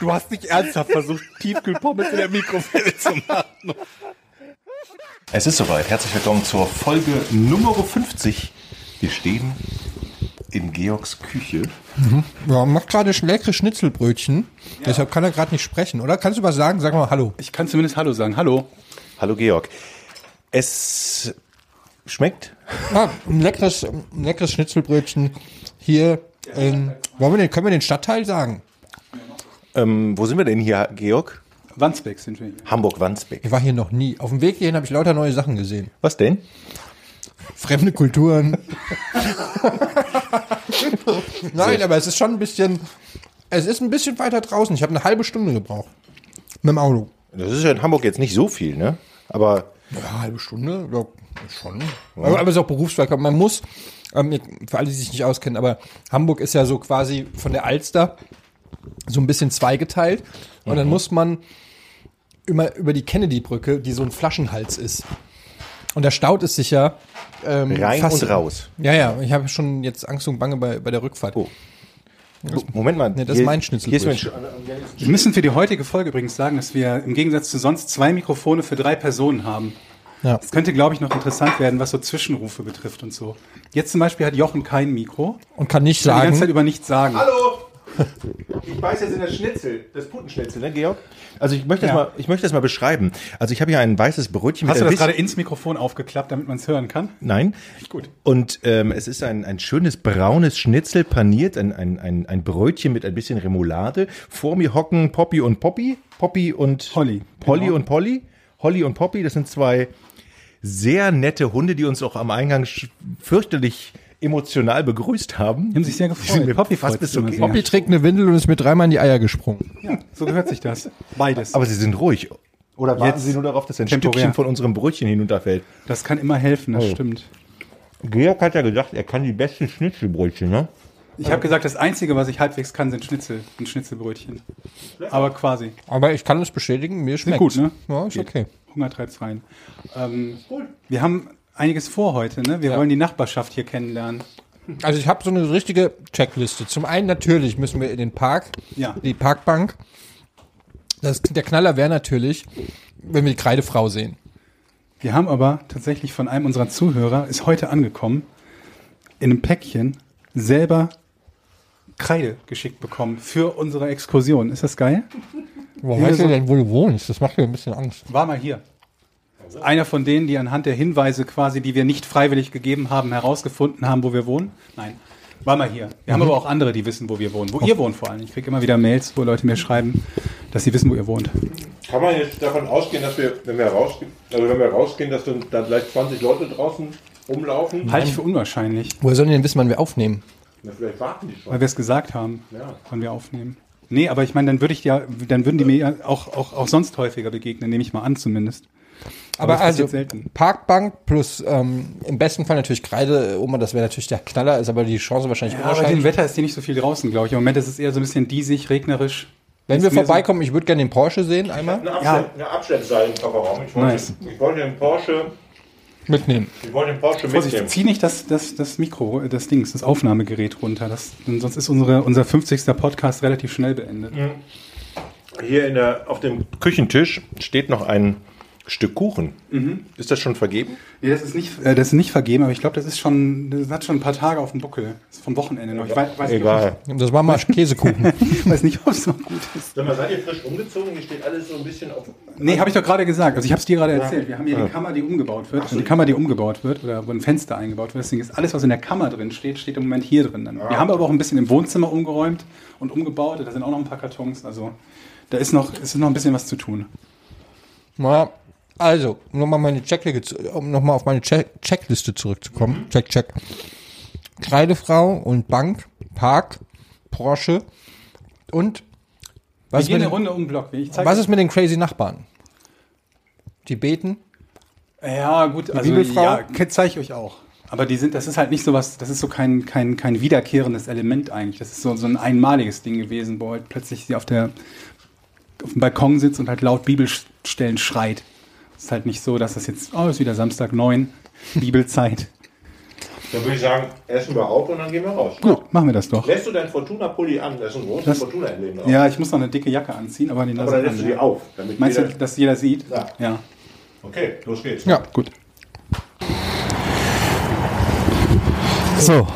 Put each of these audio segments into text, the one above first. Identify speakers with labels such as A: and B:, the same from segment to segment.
A: Du hast nicht ernsthaft versucht, Tiefkühlpommes in der Mikrofile zu machen.
B: Es ist soweit. Herzlich willkommen zur Folge Nummer 50. Wir stehen in Georgs Küche.
C: Ja, macht gerade leckere Schnitzelbrötchen. Deshalb kann er gerade nicht sprechen, oder? Kannst du was sagen? Sag mal Hallo.
D: Ich kann zumindest Hallo sagen. Hallo.
A: Hallo Georg. Es schmeckt.
C: Ah, ein leckeres, ein leckeres Schnitzelbrötchen hier. In, wollen wir den, können wir den Stadtteil sagen?
A: Ähm, wo sind wir denn hier, Georg?
D: Wandsbeck sind wir hier.
A: Hamburg-Wandsbek.
C: Ich war hier noch nie. Auf dem Weg hierhin habe ich lauter neue Sachen gesehen.
A: Was denn?
C: Fremde Kulturen. Nein, aber es ist schon ein bisschen. Es ist ein bisschen weiter draußen. Ich habe eine halbe Stunde gebraucht. Mit dem Auto.
A: Das ist ja in Hamburg jetzt nicht so viel, ne? Aber
C: Ja, halbe Stunde, ja, schon. Aber, aber es ist auch Berufsverkehr. Man muss, ähm, für alle, die sich nicht auskennen, aber Hamburg ist ja so quasi von der Alster so ein bisschen zweigeteilt. Und dann muss man immer über die Kennedy-Brücke, die so ein Flaschenhals ist. Und da staut es sich ja ähm,
A: Rein und raus.
C: Ja, ja, ich habe schon jetzt Angst und Bange bei, bei der Rückfahrt.
A: Oh. Moment mal.
C: Nee, das ist mein
A: Hier ist mein
C: Schnitzelbrötchen.
A: Sch-
D: Wir müssen für die heutige Folge übrigens sagen, dass wir im Gegensatz zu sonst zwei Mikrofone für drei Personen haben.
C: Ja.
D: Das könnte, glaube ich, noch interessant werden, was so Zwischenrufe betrifft und so. Jetzt zum Beispiel hat Jochen kein Mikro.
C: Und kann nicht
D: Die ganze Zeit
C: sagen,
D: über nichts sagen. Hallo.
A: Ich weiß jetzt in das Schnitzel, das Putenschnitzel, ne, Georg? Also ich möchte das,
D: Ja.
A: mal, ich möchte das mal beschreiben. Also ich habe hier ein weißes Brötchen
D: Hast du
A: einer
D: das
A: Wiss-
D: gerade ins Mikrofon aufgeklappt, damit man es hören kann?
A: Nein.
D: Gut.
A: Und ähm, es ist ein, ein schönes braunes Schnitzel paniert, ein, ein, ein, ein Brötchen mit ein bisschen Remoulade. Vor mir hocken Poppy und Poppy. Poppy und
D: Holly,
A: Polly
D: genau.
A: und Polly. Holly und Poppy, das sind zwei sehr nette Hunde, die uns auch am Eingang sch- fürchterlich emotional begrüßt haben.
D: Die haben sich sehr gefreut.
A: Die sind mir
D: Poppy
A: fast
D: freut
A: bis
D: sich
A: zum
D: immer
A: Knie.
D: sehr.
C: Poppy trägt eine Windel und ist mir dreimal in die Eier gesprungen.
D: Ja, so gehört sich das. Beides.
A: Aber sie sind ruhig. Oder warten
D: Jetzt
A: Sie nur darauf, dass ein
D: temporär.
A: Stückchen von unserem Brötchen hinunterfällt.
D: das kann immer helfen, das stimmt.
A: Georg hat ja gesagt, er kann die besten Schnitzelbrötchen, ne?
D: Ich habe gesagt, das Einzige, was ich halbwegs kann, sind Schnitzel und Schnitzelbrötchen. Aber quasi.
C: Aber ich kann es bestätigen, mir schmeckt
D: gut, ne?
C: Ja, ist okay.
D: Hunger treibt's rein. Ähm, wir haben einiges vor heute, ne? Wir wollen die Nachbarschaft hier kennenlernen.
C: Also ich habe so eine richtige Checkliste. Zum einen natürlich müssen wir in den Park,
D: Ja.
C: die Parkbank. Das, der Knaller wäre natürlich, wenn wir die Kreidefrau sehen.
D: Wir haben aber tatsächlich von einem unserer Zuhörer, ist heute angekommen, in einem Päckchen selber Kreide geschickt bekommen für unsere Exkursion. Ist das geil?
C: Wo
D: Ja,
C: weißt
D: so-
C: du denn, wo du wohnst? Das macht mir ein bisschen Angst.
D: War mal hier. Einer von denen, die anhand der Hinweise quasi, die wir nicht freiwillig gegeben haben, herausgefunden haben, wo wir wohnen. Nein, war mal hier. Wir haben aber auch andere, die wissen, wo wir wohnen. Wo ihr wohnt vor allem. Ich kriege immer wieder Mails, wo Leute mir schreiben, dass sie wissen, wo ihr wohnt.
E: Kann man jetzt davon ausgehen, dass wir, wenn wir rausgehen, also wenn wir rausgehen, dass dann da vielleicht 20 Leute draußen rumlaufen?
A: Halt.
D: Halte ich für unwahrscheinlich.
C: Woher sollen die denn wissen, wann wir aufnehmen?
E: Na, vielleicht warten die schon.
D: Weil wir es gesagt haben,
E: Ja.
D: wann wir aufnehmen. Nee, aber ich meine, dann würde ich ja, dann würden die mir ja auch, auch, auch sonst häufiger begegnen, nehme ich mal an zumindest.
C: Aber,
D: das
C: also
D: passiert selten.
C: Parkbank plus ähm, im besten Fall natürlich Kreide, äh, Oma, das wäre natürlich der Knaller, ist aber die Chance wahrscheinlich
D: Ja, aber bei dem
C: unwahrscheinlich.
D: Wetter ist hier nicht so viel draußen, glaube ich. Im Moment ist es eher so ein bisschen diesig, regnerisch.
C: Wenn
D: Ist
C: wir
D: mir
C: vorbeikommen, ich würde gerne den Porsche sehen, einmal
E: Eine, Abstell, eine Abstellseil im Kofferraum. Ich wollte,
D: Nice.
E: ich wollte den Porsche,
C: mitnehmen.
E: ich wollte den Porsche
D: So, Vorsicht,
E: mitnehmen.
D: zieh nicht das, das, das Mikro, äh, das Dings, das Aufnahmegerät runter. Das, denn sonst ist unsere, unser 50. Podcast relativ schnell beendet.
A: Hier in der, auf dem Küchentisch steht noch ein Stück Kuchen. Ist das schon vergeben?
D: Nee, das ist nicht, äh, das ist nicht vergeben, aber ich glaube, das ist schon, das hat schon ein paar Tage auf dem Buckel. Das ist vom Wochenende noch. Ich weiß, weiß nicht, ob-
C: Das war mal Käsekuchen.
D: Ich weiß nicht, ob es noch gut ist.
E: Sag mal, seid ihr frisch umgezogen? Hier steht alles so ein bisschen auf.
D: Nee, habe ich doch gerade gesagt. Also ich habe es dir gerade erzählt. Wir haben hier die Kammer, die umgebaut wird. Und die Kammer, die umgebaut wird oder wo ein Fenster eingebaut wird. Deswegen ist alles, was in der Kammer drin steht, steht im Moment hier drin. Dann. Wir haben aber auch ein bisschen im Wohnzimmer umgeräumt und umgebaut. Da sind auch noch ein paar Kartons. Also da ist noch, es ist noch ein bisschen was zu tun.
C: Na, also, um nochmal meine Checkliste, zu- um noch mal auf meine Check Checkliste zurückzukommen. Check, check. Kreidefrau und Bank, Park, Porsche und
D: Wir
C: was, ist
D: gehen
C: mit,
D: eine
C: den-
D: Runde um den Block. Ich zeig
C: was ist mit den crazy Nachbarn?
F: die beten.
D: Ja, gut, also
F: Bibelfrau?
D: ja, ke- zeig ich euch auch. Aber die sind, das ist halt nicht so was, das ist so kein, kein, kein wiederkehrendes Element eigentlich. Das ist so, so ein einmaliges Ding gewesen, wo halt plötzlich sie auf der auf dem Balkon sitzt und halt laut Bibelstellen schreit. Es ist halt nicht so, dass das jetzt, oh, ist wieder Samstag 9, Bibelzeit.
C: Dann würde ich sagen, essen wir auf und dann gehen wir raus.
D: Genau, machen wir das doch.
C: Lässt du deinen Fortuna-Pulli an? Das ist ein großes
D: Das-
C: Fortuna-Emblem drauf.
D: Ja, ich muss noch eine dicke Jacke anziehen, aber den
C: Aber
D: lasse
C: dann
D: ich
C: lässt du
D: an.
C: die
D: Ja.
C: auf. Damit
D: Meinst du,
C: jeder,
D: dass jeder sieht?
C: Ja.
D: ja.
C: Okay, los geht's.
F: Ja.
D: Gut.
F: So,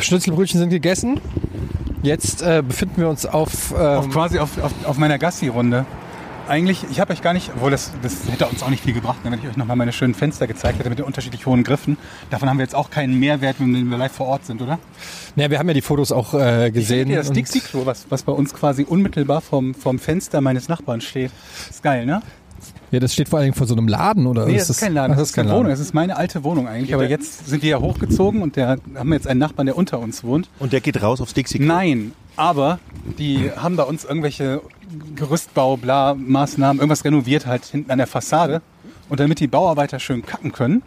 F: Schnitzelbrötchen sind gegessen. Jetzt äh, befinden wir uns auf, ähm,
C: äh,
D: auf quasi auf, auf, auf meiner Gassi-Runde. Eigentlich, ich habe euch gar nicht, obwohl das, das hätte uns auch nicht viel gebracht, ne, wenn ich euch nochmal meine schönen Fenster gezeigt hätte mit den unterschiedlich hohen Griffen. Davon haben wir jetzt auch keinen Mehrwert, wenn wir live vor Ort sind, oder?
F: Ja, wir haben ja die Fotos auch äh, gesehen.
D: Ja, das
F: und-
D: Dixie-Klo, was, was bei uns quasi unmittelbar vom, vom Fenster meines Nachbarn steht. Ist geil, ne?
F: ja, das steht vor allen Dingen vor so einem Laden oder
D: Nee, das ist kein Laden,
F: Ach,
D: das ist
F: kein
D: eine
F: Laden.
D: Wohnung, das ist meine alte Wohnung eigentlich. Aber jetzt sind wir ja hochgezogen und der, haben jetzt einen Nachbarn, der unter uns wohnt.
A: Und der geht raus aufs Dixie.
D: Nein, aber die haben bei uns irgendwelche Gerüstbau, bla, Maßnahmen, irgendwas renoviert halt hinten an der Fassade. Und damit die Bauarbeiter schön kacken können,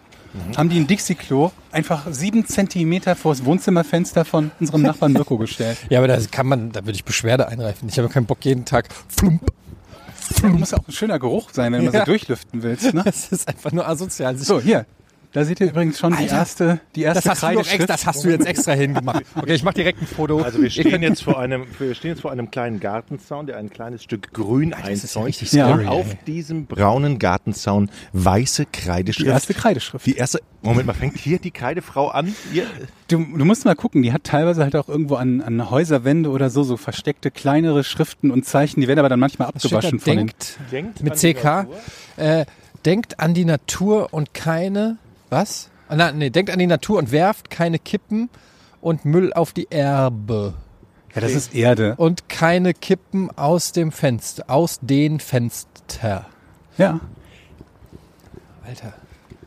D: haben die ein Dixie-Klo einfach sieben Zentimeter vor das Wohnzimmerfenster von unserem Nachbarn Mirko gestellt.
F: Ja, aber da kann man, da würde ich Beschwerde einreichen. Ich habe keinen Bock jeden Tag. Flump.
D: Das muss auch ein schöner Geruch sein, wenn du mal
F: Ja.
D: so durchlüften willst. Ne?
F: Das ist einfach nur asozial. Sich-
D: So, hier. Da seht ihr übrigens schon die
F: Alter,
D: erste, die erste
F: das, hast du doch
D: Kreideschrift.
F: extra, das hast du jetzt extra hingemacht. Okay, ich mache direkt ein Foto.
A: Also wir stehen jetzt vor einem, wir stehen jetzt vor einem kleinen Gartenzaun, der ein kleines Stück Grün einzäunt.
F: richtig
D: Ja.
F: scary.
D: scary,
A: Auf diesem braunen Gartenzaun weiße Kreideschrift.
D: Die erste Kreideschrift.
A: Die erste- Moment mal, fängt hier die Kreidefrau an? Ihr,
D: Du, du musst mal gucken, die hat teilweise halt auch irgendwo an, an Häuserwände oder so, so versteckte kleinere Schriften und Zeichen, die werden aber dann manchmal
F: Also
D: abgewaschen von den.
F: denkt,
A: denkt
F: mit
A: an die
F: CK,
A: Natur.
F: äh, denkt an die Natur und keine, was? Ah, na, nee, denkt an die Natur und werft keine Kippen und Müll auf die Erbe.
D: Ja, das ist Erde.
F: Und keine Kippen aus dem Fenster, aus den Fenster.
D: Ja.
F: Alter.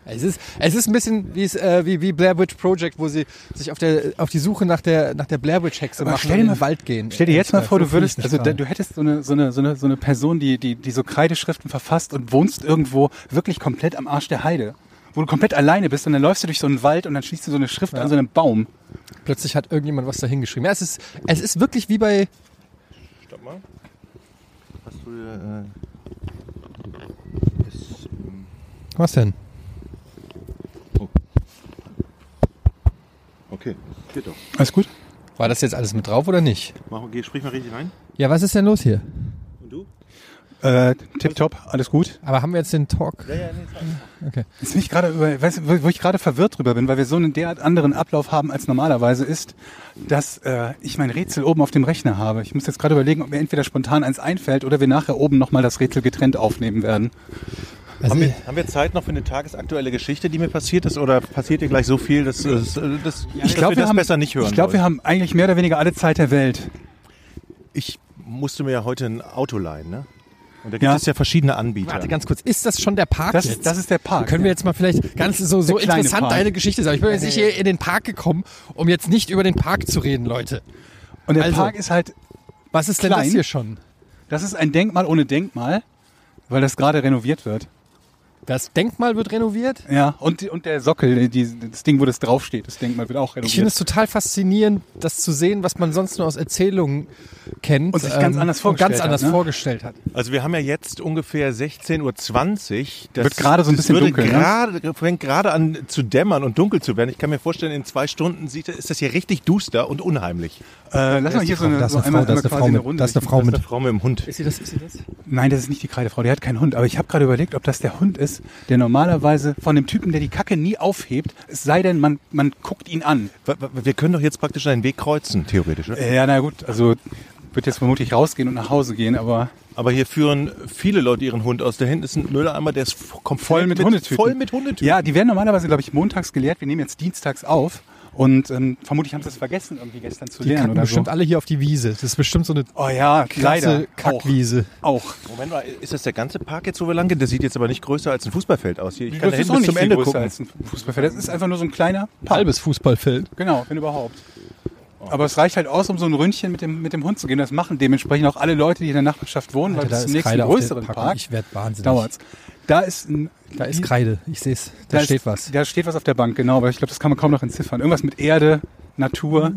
F: Es ist, es ist ein bisschen wie, es, äh, wie, wie Blair Witch Project, wo sie sich auf, der, auf die Suche nach der, nach der Blair Witch Hexe
D: Aber
F: machen
D: stell
F: und
D: dir
F: in
D: mal-
F: den Wald gehen. Äh,
D: Stell dir jetzt mal vor, du würdest, also da,
F: dann
D: du hättest so eine, so eine, so eine, so eine Person, die, die, die so Kreideschriften verfasst und wohnst irgendwo wirklich komplett am Arsch der Heide. Wo du komplett alleine bist und dann läufst du durch so einen Wald und dann schließt du so eine Schrift an so einem Baum.
F: Plötzlich hat irgendjemand was da hingeschrieben. Ja, es, ist, es ist wirklich wie bei...
A: Stopp mal. Hast du, äh, das,
F: Was denn?
A: okay, geht doch.
D: Alles gut?
F: War das jetzt alles mit drauf oder nicht?
A: Mach, geh, sprich mal richtig rein.
F: Ja, was ist denn los hier?
A: Und du?
D: Äh, tipptopp, alles gut.
F: Aber haben wir jetzt den Talk?
D: Jetzt bin ich gerade über, weißt, du, wo, wo ich gerade verwirrt drüber bin, weil wir so einen derart anderen Ablauf haben, als normalerweise ist, dass äh, ich mein Rätsel oben auf dem Rechner habe. Ich muss jetzt gerade überlegen, ob mir entweder spontan eins einfällt oder wir nachher oben nochmal das Rätsel getrennt aufnehmen werden.
F: Also,
A: Haben wir, haben wir Zeit noch für eine tagesaktuelle Geschichte, die mir passiert ist? Oder passiert dir gleich so viel, dass, äh, dass, dass, dass wir
D: glaub,
A: das besser nicht hören
D: Ich glaube, wir
A: wollen?
D: haben eigentlich mehr oder weniger alle Zeit der Welt.
A: Ich musste mir ja heute ein Auto leihen, ne? Und da gibt
D: Ja.
A: es ja verschiedene Anbieter.
F: warte ganz kurz. Ist das schon der Park
D: Das,
F: jetzt?
D: das ist der Park.
F: Können wir jetzt mal vielleicht ganz so, so
D: Der kleine
F: interessant
D: Park.
F: deine Geschichte sagen? Ich bin jetzt nicht hier in den Park gekommen, um jetzt nicht über den Park zu reden, Leute.
D: Und der
F: also-
D: Park ist halt,
F: Was ist denn
D: Klein.
F: das hier schon?
D: das ist ein Denkmal ohne Denkmal, weil das gerade renoviert wird.
F: Das Denkmal wird renoviert?
D: Ja, und, und der Sockel, die, das Ding, wo das draufsteht, das Denkmal wird auch
F: Ich finde
D: renoviert.
F: es total faszinierend, das zu sehen, was man sonst nur aus Erzählungen kennt. ähm,
D: Und sich ganz anders
F: und
D: vorgestellt
F: ganz
D: hat,
F: anders
D: ne?
F: vorgestellt hat.
A: Also wir haben ja jetzt ungefähr 16.20 Uhr. Das
D: Wird gerade so ein
A: das
D: bisschen
A: würde
D: dunkel, ne?
A: Gerade, Fängt gerade an zu dämmern und dunkel zu werden. Ich kann mir vorstellen, in zwei Stunden sieht, ist das hier richtig duster und unheimlich.
D: Äh, lass mal hier so eine, so einmal, einmal quasi eine Runde. durch die
F: Frau
A: Eine Frau mit dem Hund.
F: Ist sie das? Ist sie das?
D: Nein, das ist nicht die Kreidefrau, die hat keinen Hund. Aber ich habe gerade überlegt, ob das der Hund ist, der normalerweise von dem Typen, der die Kacke nie aufhebt, es sei denn, man, man guckt ihn an.
A: W- w- Wir können doch jetzt praktisch einen Weg kreuzen, theoretisch. Ne?
D: Äh, Ja, na gut, also wird jetzt vermutlich rausgehen und nach Hause gehen, aber
A: Aber hier führen viele Leute ihren Hund aus. Da hinten ist ein Mülleimer, der ist f- komplett
D: voll mit, Hundetüten.
A: Voll mit Hundetüten.
D: Ja, die werden normalerweise, glaube ich, montags gelehrt. Wir nehmen jetzt dienstags auf und ähm, vermutlich haben sie es vergessen, irgendwie gestern zu
F: Die
D: lernen
F: kacken
D: oder so.
F: bestimmt alle hier auf die Wiese. Das ist bestimmt so eine
D: Oh ja,
F: krasse
D: leider. Auch.
F: Kackwiese.
D: auch.
A: Moment mal, ist das der ganze Park jetzt, wo wir lang gehen? Der sieht jetzt aber nicht größer als ein Fußballfeld aus. Hier, ich kann da
D: Das ist
A: hinten
D: auch
A: bis
D: nicht
A: zum
D: viel
A: Ende
D: größer
A: gucken.
D: als ein Fußballfeld. Das ist einfach nur so ein kleiner Park.
F: Halbes Fußballfeld.
D: Genau, wenn überhaupt. Aber es reicht halt aus, um so ein Ründchen mit dem, mit dem Hund zu gehen. Das machen dementsprechend auch alle Leute, die in der Nachbarschaft wohnen, weil bis zum nächsten größeren Park
F: Ich werde wahnsinnig.
D: dauert's. Da ist ein,
F: Da ist Kreide, ich sehe es. Da,
D: ist-
F: steht was.
D: Da steht was auf der Bank, genau, aber ich glaube, das kann man kaum noch entziffern. Irgendwas mit Erde, Natur.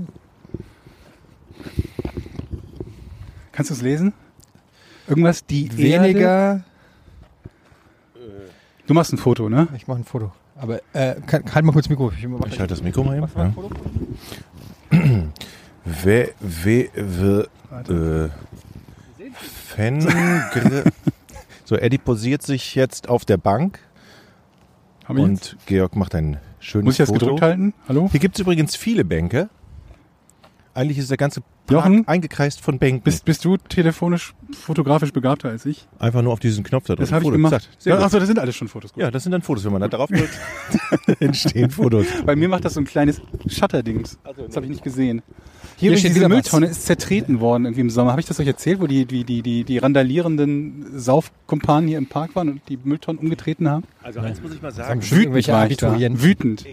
D: Kannst du es lesen? Irgendwas, die Erde.
F: Weniger.
D: Du machst ein Foto, ne?
F: Ah, Ich mache ein Foto. Aber äh, kann, halt mal kurz das Mikro. Ich mach-
A: Ich halte das Mikro mal eben. Ja. We, we, we, äh, Fengr. So, Eddie posiert sich jetzt auf der Bank
D: Hab ich jetzt?
A: und Georg macht ein schönes
D: Muss ich das
A: Foto.
D: gedrückt halten? Hallo?
A: Hier gibt es übrigens viele Bänke. Eigentlich ist der ganze Park
D: Jochen?
A: eingekreist von Bänken.
D: Bist, bist du telefonisch, fotografisch begabter als ich?
A: Einfach nur auf diesen Knopf da drauf.
D: Das habe ich
A: Foto.
D: gemacht.
A: Zack. Sehr gut.
D: Achso, das sind alles schon Fotos. Gut.
A: Ja, das sind dann Fotos. Wenn man da drauf drückt, entstehen Fotos.
D: Bei mir macht das so ein kleines Shutterdings. Das habe ich nicht gesehen.
F: Hier
D: Hier, übrigens,
F: steht
D: diese
F: wieder was.
D: Mülltonne ist zertreten worden irgendwie im Sommer. Habe ich das euch erzählt, wo die, die, die, die, die randalierenden Saufkumpanen hier im Park waren und die Mülltonnen umgetreten haben?
A: Also eins muss ich mal sagen. e-,
F: irgendwelche
D: war ich da.
F: Abiturienten.
D: Wütend.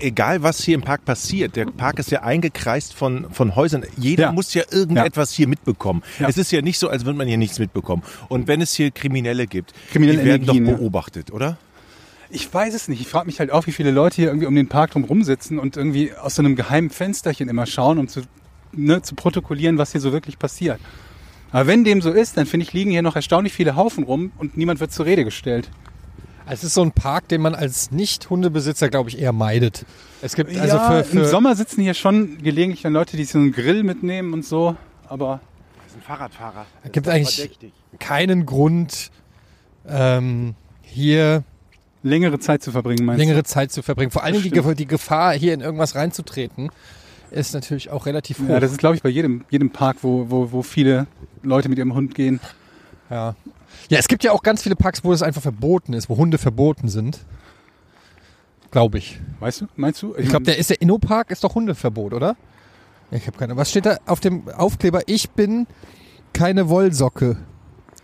A: Egal, was hier im Park passiert, der Park ist ja eingekreist von, von Häusern. Jeder
D: Ja.
A: muss ja irgendetwas hier mitbekommen.
D: Ja.
A: Es ist ja nicht so, als würde man hier nichts mitbekommen. Und wenn es hier Kriminelle gibt,
D: Kriminelle
A: die werden
D: Energien, ja.
A: doch beobachtet, oder?
D: Ich weiß es nicht. Ich frage mich halt auch, wie viele Leute hier irgendwie um den Park drum rumsitzen und irgendwie aus so einem geheimen Fensterchen immer schauen, um zu, ne, zu protokollieren, was hier so wirklich passiert. Aber wenn dem so ist, dann finde ich, liegen hier noch erstaunlich viele Haufen rum und niemand wird zur Rede gestellt.
F: Es ist so ein Park, den man als Nicht-Hundebesitzer, glaube ich, eher meidet. Es gibt also
D: ja,
F: für, für
D: im Sommer sitzen hier schon gelegentlich dann Leute, die so einen Grill mitnehmen und so, aber
F: gibt eigentlich keinen Grund, ähm, hier
D: längere Zeit zu verbringen, meinst
F: längere Zeit zu verbringen. Vor allem die, Gef- die Gefahr, hier in irgendwas reinzutreten, ist natürlich auch relativ hoch.
D: du? Ja, das ist, glaube ich, bei jedem, jedem Park, wo, wo, wo viele Leute mit ihrem Hund gehen.
F: Ja. ja, es gibt ja auch ganz viele Parks, wo das einfach verboten ist, wo Hunde verboten sind. Glaube ich.
D: Weißt du, meinst du?
F: Ich glaube,
D: mein,
F: der ist der Innopark ist doch Hundeverbot, oder? Ich habe keine. Was steht da auf dem Aufkleber? Ich bin keine Wollsocke.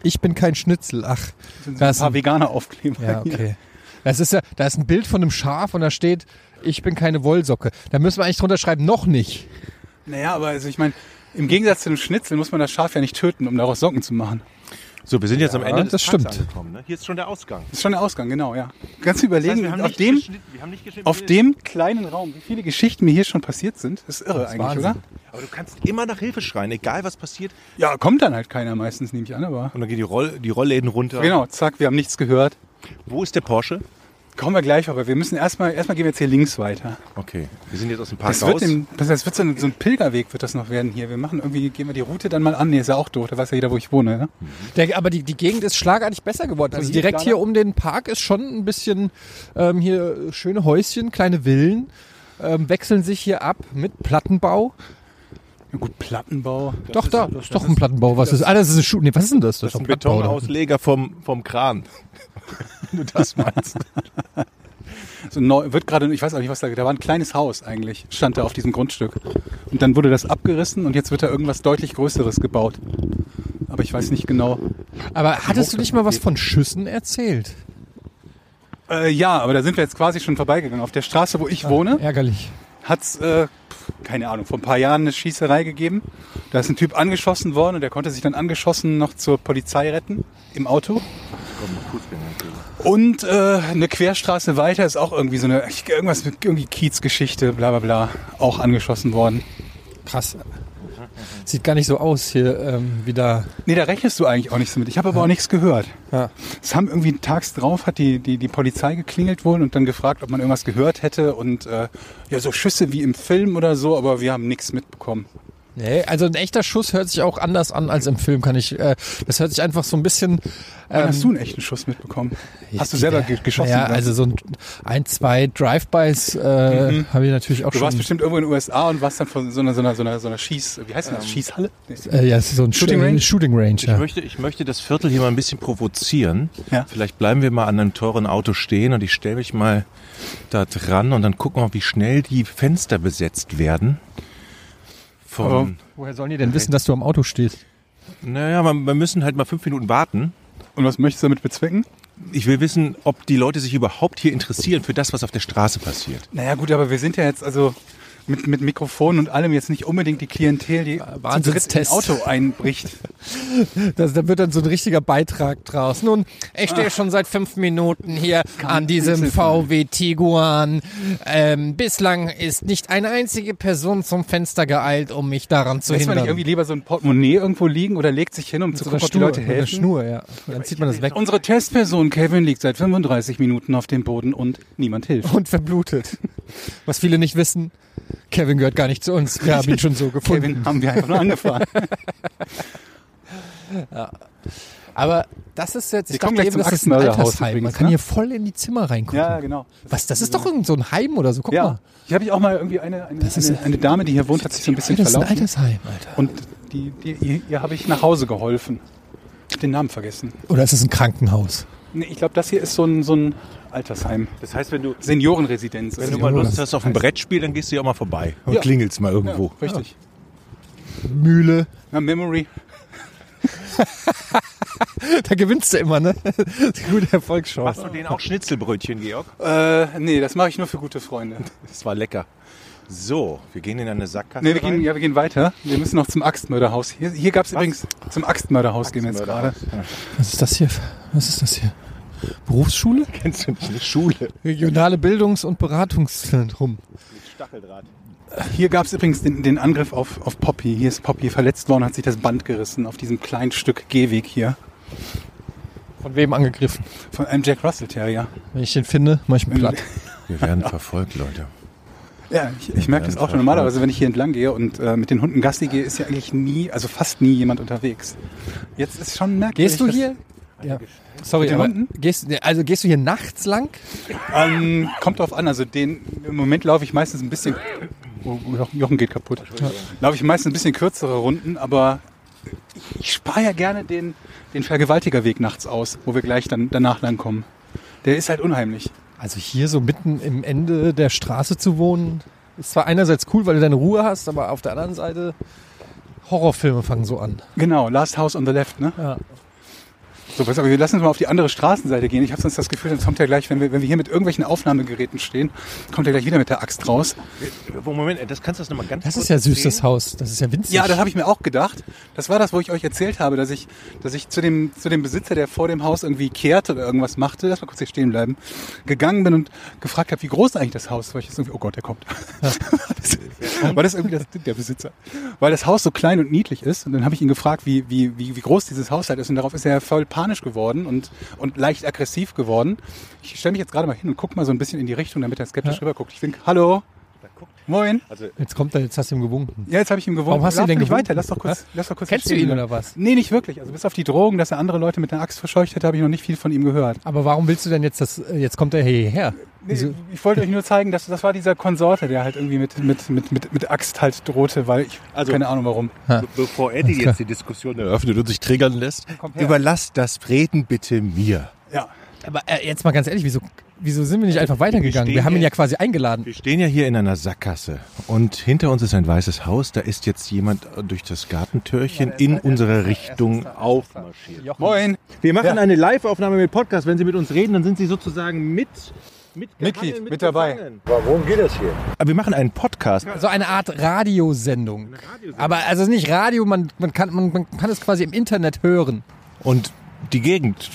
F: Ich bin kein Schnitzel. Ach,
D: sind so
F: da
D: ein
F: ist
D: paar
F: ein-
D: Veganer aufkleben.
F: ja, okay. Das ist ja, da ist ein Bild von einem Schaf und da steht, ich bin keine Wollsocke. Da müssen wir eigentlich drunter schreiben, noch nicht.
D: Naja, aber also ich meine, im Gegensatz zu dem Schnitzel muss man das Schaf ja nicht töten, um daraus Socken zu machen.
A: So, wir sind jetzt am Ende des
F: das
A: Parks
F: stimmt.
A: angekommen. Ne? Hier ist schon der Ausgang.
D: Das ist schon der Ausgang, genau, ja. Kannst du überlegen, auf, dem,
A: geschnitten- wir haben nicht geschnitten.
D: auf dem kleinen Raum, wie viele Geschichten mir hier schon passiert sind, ist irre eigentlich,
F: Wahnsinn.
D: oder?
A: Aber du kannst immer nach Hilfe schreien, egal was passiert.
D: Ja, kommt dann halt keiner meistens, nehme ich an, aber.
A: Und dann gehen die, Roll, die Rollläden runter.
D: Genau, zack, wir haben nichts gehört.
A: Wo ist der Porsche?
D: Kommen wir gleich, aber wir müssen erstmal, erstmal gehen wir jetzt hier links weiter.
A: Okay, wir sind jetzt aus dem Park
D: Das
A: raus.
D: wird, dem, das, das wird so, ein, so ein Pilgerweg wird das noch werden hier. Wir machen irgendwie, gehen wir die Route dann mal an. Nee, ist ja auch doof, da weiß ja jeder, wo ich wohne. Ne?
F: Der, aber die, die Gegend ist schlagartig besser geworden. Also direkt hier um den Park ist schon ein bisschen ähm, hier schöne Häuschen, kleine Villen. Ähm, wechseln sich hier ab mit Plattenbau.
D: Ja, gut, Plattenbau.
F: doch, da ist, doch ein Plattenbau. Was ist? Ah, das ist eine Schuh. Nee, was ist denn das?
A: Das ist ein
F: doch Plattenbau, oder?
A: Betonausleger vom, vom Kran. Wenn du das meinst.
D: So neu, wird gerade, ich weiß auch nicht, was da, da war ein kleines Haus eigentlich, stand da auf diesem Grundstück. Und dann wurde das abgerissen und jetzt wird da irgendwas deutlich Größeres gebaut. Aber ich weiß nicht genau.
F: Aber hattest du nicht mal was von Schüssen erzählt?
D: Äh, ja, aber da sind wir jetzt quasi schon vorbeigegangen. Auf der Straße, wo ich wohne,
F: Ärgerlich.
D: hat's äh, pf, keine Ahnung, vor ein paar Jahren eine Schießerei gegeben. Da ist ein Typ angeschossen worden und der konnte sich dann angeschossen noch zur Polizei retten im Auto. Und äh, eine Querstraße weiter ist auch irgendwie so eine, ich- irgendwas mit irgendwie Kiezgeschichte, bla bla bla, auch angeschossen worden.
F: Krass. Sieht gar nicht so aus hier ähm, wieder.
D: Nee, da rechnest du eigentlich auch nichts mit. Ich habe aber auch nichts gehört.
F: Ja.
D: Es haben irgendwie tags drauf, hat die, die, die Polizei geklingelt wohl und dann gefragt, ob man irgendwas gehört hätte und äh, ja, so Schüsse wie im Film oder so, aber wir haben nichts mitbekommen.
F: Nee, also ein echter Schuss hört sich auch anders an als im Film, kann ich. Äh, das hört sich einfach so ein bisschen.
D: Wann
F: Ähm,
D: hast du einen echten Schuss mitbekommen? Hast du selber ge- geschossen?
F: Ja,
D: oder?
F: also so ein, ein zwei Drive-Bys äh, habe ich natürlich auch
D: Mhm. du
F: schon.
D: warst bestimmt irgendwo in den USA und warst dann von so einer, so einer, so einer, so einer Schieß... Wie heißt denn das? Ähm, Schießhalle? Nee.
F: äh, ja, es ist so ein
D: Shooting
F: Shooting Range.
D: Range?
F: Shooting Range
A: Ich,
F: ja.
A: möchte, ich möchte das Viertel hier mal ein bisschen provozieren.
D: Ja.
A: Vielleicht bleiben wir mal an einem teuren Auto stehen und ich stelle mich mal da dran und dann gucken wir, wie schnell die Fenster besetzt werden. Von,
F: Woher sollen die denn wissen, dass du am Auto stehst?
A: naja, wir, wir müssen halt mal fünf Minuten warten.
D: Und was möchtest du damit bezwecken?
A: Ich will wissen, ob die Leute sich überhaupt hier interessieren für das, was auf der Straße passiert.
D: Naja gut, aber wir sind ja jetzt, also mit, mit Mikrofon und allem jetzt nicht unbedingt die Klientel, die zu dritt ins
F: Wahnsinnstest.
D: Auto einbricht.
F: Das, da wird dann so ein richtiger Beitrag draus. Nun, ich stehe schon seit fünf Minuten hier an diesem VW Tiguan. Ähm, bislang ist nicht eine einzige Person zum Fenster geeilt, um mich daran zu
D: Lässt man nicht
F: hindern.
D: irgendwie lieber so ein Portemonnaie irgendwo liegen oder legt sich hin, um zu
F: Mit so
D: gucken,
F: einer
D: ob die Leute
F: mit einer
D: helfen?
F: Schnur, ja. Dann zieht man das weg
D: Unsere Testperson Kevin liegt seit 35 Minuten auf dem Boden und niemand hilft.
F: und verblutet. Was viele nicht wissen, Kevin gehört gar nicht zu uns. Wir haben ihn schon so gefunden.
D: Kevin haben wir einfach nur angefahren.
F: Aber das ist jetzt, ich
D: Wir kommen
F: dachte
D: gleich
F: eben,
D: zum
F: das ist ein
D: Axtmörderhaus
F: Altersheim. Man
D: übrigens,
F: kann
D: ne?
F: hier voll in die Zimmer reingucken.
D: ja, genau.
F: Was, das ist doch irgend so ein Heim oder so. Guck mal.
D: Ja. Hier habe ich auch mal irgendwie eine, eine, eine, eine Dame, die hier wohnt, hat sich so ein bisschen
F: Das ist ein
D: verlaufen.
F: Altersheim, Alter.
D: Und die, die, ihr, ihr habe ich nach Hause geholfen. Ich hab den Namen vergessen.
F: Oder ist es ein Krankenhaus?
D: Nee, ich glaube, das hier ist so ein, so ein Altersheim.
A: Das heißt, wenn du,
D: Seniorenresidenz.
A: wenn du mal Lust hast auf ein Brettspiel, dann gehst du ja auch mal vorbei und klingelst mal irgendwo.
D: Richtig.
F: Mühle.
D: Na, Memory.
F: Da gewinnst du immer, ne? Gute Erfolgschance.
A: Hast du denen auch Schnitzelbrötchen, Georg?
D: Äh, nee, das mache ich nur für gute Freunde.
A: Das war lecker. So, wir gehen in eine Sackgasse.
D: Nee, wir gehen,
A: rein.
D: ja, wir gehen weiter. Wir müssen noch zum Axtmörderhaus. Hier, hier gab es übrigens zum Axtmörderhaus gehen wir jetzt gerade.
F: Was ist das hier? Was ist das hier? Berufsschule?
A: Kennst du nicht eine Schule?
F: Regionale Bildungs- und Beratungszentrum.
A: Stacheldraht.
D: Hier gab es übrigens den, den Angriff auf, auf Poppy. Hier ist Poppy verletzt worden, hat sich das Band gerissen auf diesem kleinen Stück Gehweg hier.
F: Von wem angegriffen?
D: Von einem Jack Russell Terrier.
F: Wenn ich den finde, mach ich ihn platt.
A: Wir werden verfolgt, Leute.
D: Ja, ich, ich merke das auch schon. Normalerweise, wenn ich hier entlang gehe und äh, mit den Hunden Gassi gehe, ist ja eigentlich nie, also fast nie jemand unterwegs. Jetzt ist schon merkwürdig.
F: Gehst du
D: dass-
F: hier? Ja. Sorry,
D: den
F: aber
D: Hunden?
F: gehst, also gehst du hier nachts lang?
D: Ähm, kommt drauf an. Also den, im Moment laufe ich meistens ein bisschen. Oh, Jochen- Jochen geht kaputt. Laufe ich meistens ein bisschen kürzere Runden, aber ich spare ja gerne den, den Vergewaltigerweg nachts aus, wo wir gleich dann danach lang kommen. Der ist halt unheimlich.
F: Also hier so mitten im Ende der Straße zu wohnen, ist zwar einerseits cool, weil du deine Ruhe hast, aber auf der anderen Seite Horrorfilme fangen so an.
D: Genau, Last House on the Left, ne?
F: Ja.
D: So, pass auf, wir lassen uns mal auf die andere Straßenseite gehen. Ich habe sonst das Gefühl, sonst kommt ja gleich, wenn wir, wenn wir hier mit irgendwelchen Aufnahmegeräten stehen, kommt er gleich wieder mit der Axt raus.
A: Moment, äh, das kannst du das nochmal ganz
F: Das
A: kurz
F: ist ja süß,
A: erzählen?
F: das Haus. Das ist ja winzig.
D: Ja, das habe ich mir auch gedacht. Das war das, wo ich euch erzählt habe, dass ich, dass ich zu dem, zu dem Besitzer, der vor dem Haus irgendwie kehrt oder irgendwas machte, lass mal kurz hier stehen bleiben, gegangen bin und gefragt habe, wie groß eigentlich das Haus war. Ich jetzt irgendwie, oh Gott, der kommt. Das, war das irgendwie das, der Besitzer? Weil das Haus so klein und niedlich ist. Und dann habe ich ihn gefragt, wie, wie, wie, wie groß dieses Haus halt ist. Und darauf ist er voll panisch geworden und, und leicht aggressiv geworden. Ich stelle mich jetzt gerade mal hin und guck mal so ein bisschen in die Richtung, damit er skeptisch rüberguckt. Ich denke, hallo. Moin.
F: Jetzt kommt er, jetzt hast du ihn gewunken.
D: Ja, jetzt habe ich ihm gewonnen.
F: Warum hast du ihn
D: Lauf
F: denn
D: nicht
F: gewunken?
D: weiter? Lass doch kurz,
F: Hä?
D: lass doch kurz
F: Kennst du
D: stehen
F: ihn
D: bleiben.
F: oder was?
D: Nee, nicht wirklich. Also bis auf die Drogen, dass er andere Leute mit einer Axt verscheucht hätte, habe ich noch nicht viel von ihm gehört.
F: Aber warum willst du denn jetzt das, äh, jetzt kommt er hierher?
D: Nee, ich wollte euch nur zeigen, dass das war dieser Konsorte, der halt irgendwie mit, mit, mit, mit, mit Axt halt drohte, weil ich
A: Also-
D: keine Ahnung warum.
A: Be bevor Eddie jetzt die Diskussion eröffnet und sich triggern lässt,
D: Komm her.
A: überlass das Reden bitte mir.
D: Ja.
F: Aber äh, jetzt mal ganz ehrlich, wieso, wieso sind wir nicht einfach weitergegangen? Also, Wir haben ihn ja quasi eingeladen.
A: Wir stehen ja hier in einer Sackgasse und hinter uns ist ein weißes Haus. Da ist jetzt jemand durch das Gartentürchen in unserer Richtung aufmarschiert.
D: Moin.
G: Wir machen eine Live-Aufnahme mit Podcast. Wenn Sie mit uns reden, dann sind Sie sozusagen mit.
D: Mitglied, mit dabei.
A: Aber wir machen einen Podcast.
F: So eine Art Radiosendung. Aber also nicht Radio, man, man, kann, man, man kann es quasi im Internet hören.
A: Und die Gegend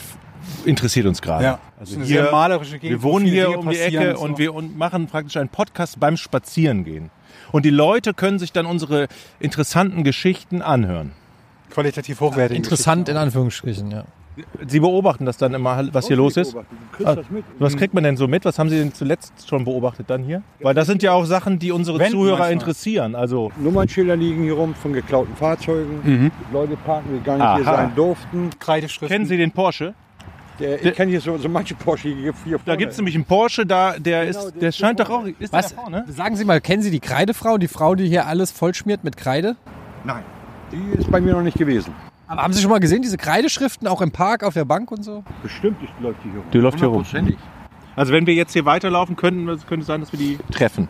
A: interessiert uns gerade.
D: Ja. Das
A: Also
D: ist eine sehr
A: hier,
D: malerische
A: wir
D: Gegend,
A: wohnen
D: wo viele
A: hier
D: Dinge
A: um die
D: passieren
A: Ecke
D: und so.
A: und wir un- machen praktisch einen Podcast beim Spazierengehen. Und die Leute können sich dann unsere interessanten Geschichten anhören.
D: Qualitativ hochwertig.
F: Interessant in Anführungsstrichen, ja.
A: Sie beobachten das dann immer, was hier
G: Oh,
A: los ist? Ah, Was
G: Mhm.
A: kriegt man denn so mit? Was haben Sie denn zuletzt schon beobachtet dann hier? Weil das sind ja auch Sachen, die unsere
D: Wenden
A: Zuhörer
D: manchmal.
A: interessieren. Also
H: Nummernschilder liegen hier rum von geklauten Fahrzeugen. Leute parken, die gar nicht hier
A: Mhm. Aha.
H: sein durften.
D: Kreideschriften.
A: kennen Sie den Porsche?
H: Der, ich kenne hier so, so manche Porsche hier vier
A: Da gibt es nämlich einen Porsche, da, der ist, Genau, der scheint doch auch. Ist
F: Was?
A: Der da vorne?
F: Sagen Sie mal, kennen Sie die Kreidefrau, die Frau, die hier alles vollschmiert mit Kreide?
H: Die ist bei mir noch nicht gewesen.
F: Aber haben Sie schon mal gesehen, diese Kreideschriften auch im Park, auf der Bank und so?
H: Bestimmt ist, läuft die hier rum.
A: Die läuft hier rum. Also wenn wir jetzt hier weiterlaufen könnten, es könnte sein, dass wir die treffen.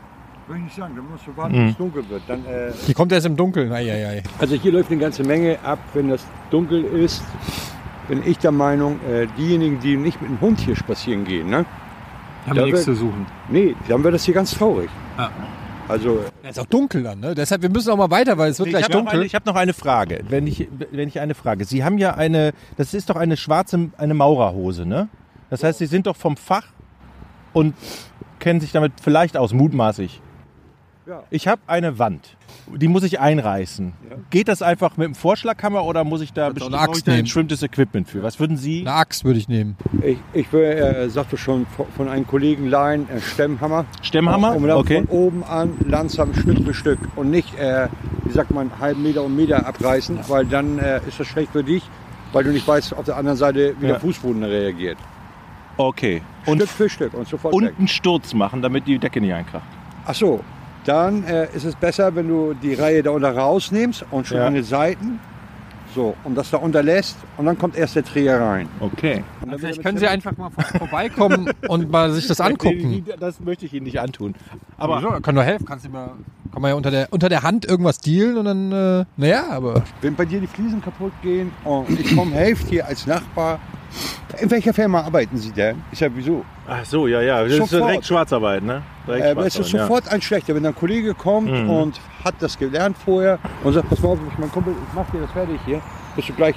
H: Würde ich nicht sagen, dann musst du
A: Mhm.
H: warten, bis es dunkel wird. Dann, äh,
F: Die kommt erst im Dunkeln. Eieiei.
H: also hier läuft eine ganze Menge ab, wenn das dunkel ist. Bin ich der Meinung, äh, diejenigen, die nicht mit dem Hund hier spazieren gehen, ne?
D: Haben
H: Da wird-
D: suchen.
H: Nee, dann wird das hier ganz traurig. Also
F: Es ist auch dunkel dann, ne? Deshalb, wir müssen auch mal weiter, weil es wird
A: Ich
F: gleich
A: habe noch, eine-
F: dunkel.
A: ich hab noch eine Frage. Wenn ich, wenn ich eine Frage. Sie haben ja eine, das ist doch eine schwarze, eine Maurerhose, ne? Das heißt, Sie sind doch vom Fach und kennen sich damit vielleicht aus, mutmaßlich.
H: Ja.
A: Ich habe eine Wand, die muss ich einreißen. Geht das einfach mit dem Vorschlaghammer oder muss ich da
F: Kannst auch
A: bestimmt
F: eine
A: brauche
F: Axt
A: ich da ein
F: nehmen.
A: bestimmtes Equipment für? Was würden Sie?
F: Eine Axt würde ich nehmen.
H: ich, ich will, äh, sagte schon von von einem Kollegen Laien, äh, Stemmhammer.
A: Stemmhammer?
H: Um dann
A: Okay.
H: von oben an langsam Stück für Stück und nicht, äh, wie sagt man, halben Meter um Meter abreißen, weil dann äh, ist das schlecht für dich, weil du nicht weißt auf der anderen Seite, wie
A: Ja.
H: der Fußboden reagiert.
A: Okay. Und,
H: Stück für Stück und sofort weg.
A: und einen Sturz machen, damit die Decke nicht einkracht.
H: Ach so, dann äh, ist es besser, wenn du die Reihe da unter rausnimmst und schon
A: Ja.
H: an den Seiten. So, und das da unterlässt und dann kommt erst der Träger rein.
A: Okay.
H: Und dann
F: Vielleicht
H: wird er
F: können
H: mit
F: Sie einfach mal vor- vorbeikommen und mal sich das angucken.
A: Das möchte ich Ihnen nicht antun.
F: Aber Wieso? kann nur helfen, kannst du mal. Kann man ja unter der, unter der Hand irgendwas dealen und dann, äh, naja, aber.
H: Wenn bei dir die Fliesen kaputt gehen und ich komme, helft dir als Nachbar. In welcher Firma arbeiten Sie denn? Ist ja wieso.
A: Ach so, ja, ja. Das ist
H: Sofort.
A: direkt Schwarzarbeit, ne? Direkt
H: Äh, es ist
A: Schwarzarbeit, ja.
H: sofort ein schlechter, wenn ein Kollege kommt
A: Mhm.
H: und hat das gelernt vorher und sagt, pass mal auf, ich mein Kumpel, ich mach dir das fertig hier. Bist du gleich,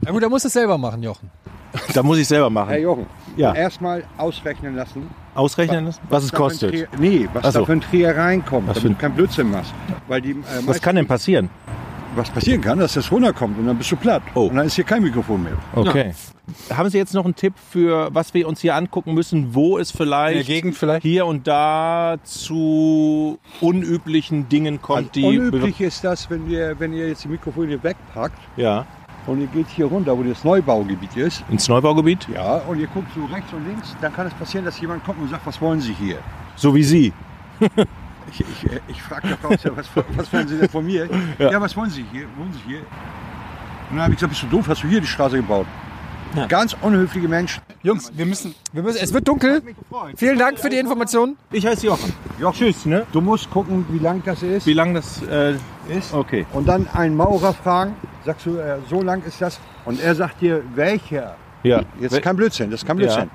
F: Na gut, er muss das selber machen, Jochen.
A: Da muss ich selber machen.
H: Herr Jochen,
A: Ja.
H: erstmal ausrechnen lassen,
A: Ausrechnen, lassen, was es
H: da für ein
A: kostet.
H: Trier- Nee, was
A: Ach so.
H: da für ein Trier reinkommt,
A: Was
H: was
A: für ein-
H: damit du keinen Blödsinn machst. Weil die, äh,
A: Was
H: meist-
A: kann denn passieren?
H: was passieren kann, dass das runterkommt und dann bist du platt.
A: Oh.
H: Und dann ist hier kein Mikrofon mehr.
A: Okay. Haben Sie jetzt noch einen Tipp für, was wir uns hier angucken müssen, wo es vielleicht
F: vielleicht?
A: hier und da zu unüblichen Dingen kommt, die.
H: Unüblich ist das, wenn, wir, wenn ihr jetzt die Mikrofone wegpackt
A: Ja,
H: und ihr geht hier runter, wo das Neubaugebiet ist.
A: ins Neubaugebiet.
H: Ja, und ihr guckt so rechts und links, dann kann es passieren, dass jemand kommt und sagt, was wollen Sie hier?
A: So wie Sie.
H: Ich, ich, äh, ich frage der Frau, ich sag, was, was wollen Sie denn von mir? Ja. was wollen Sie hier? Wollen Sie hier? Und dann habe ich gesagt, bist du doof, hast du hier die Straße gebaut? Ganz unhöfliche Menschen.
D: Jungs, wir müssen.
F: Wir müssen, es wird dunkel. Vielen Dank für die Information.
A: Ich heiße Jochen.
H: Jochen,
A: Tschüss, ne?
H: Du musst gucken, wie lang das ist.
A: Wie lang das äh, ist? Okay.
H: Und dann einen Maurer fragen, sagst du, äh, so lang ist das. Und er sagt dir, welcher.
A: Ja.
H: Jetzt kein Blödsinn, das ist kein Blödsinn.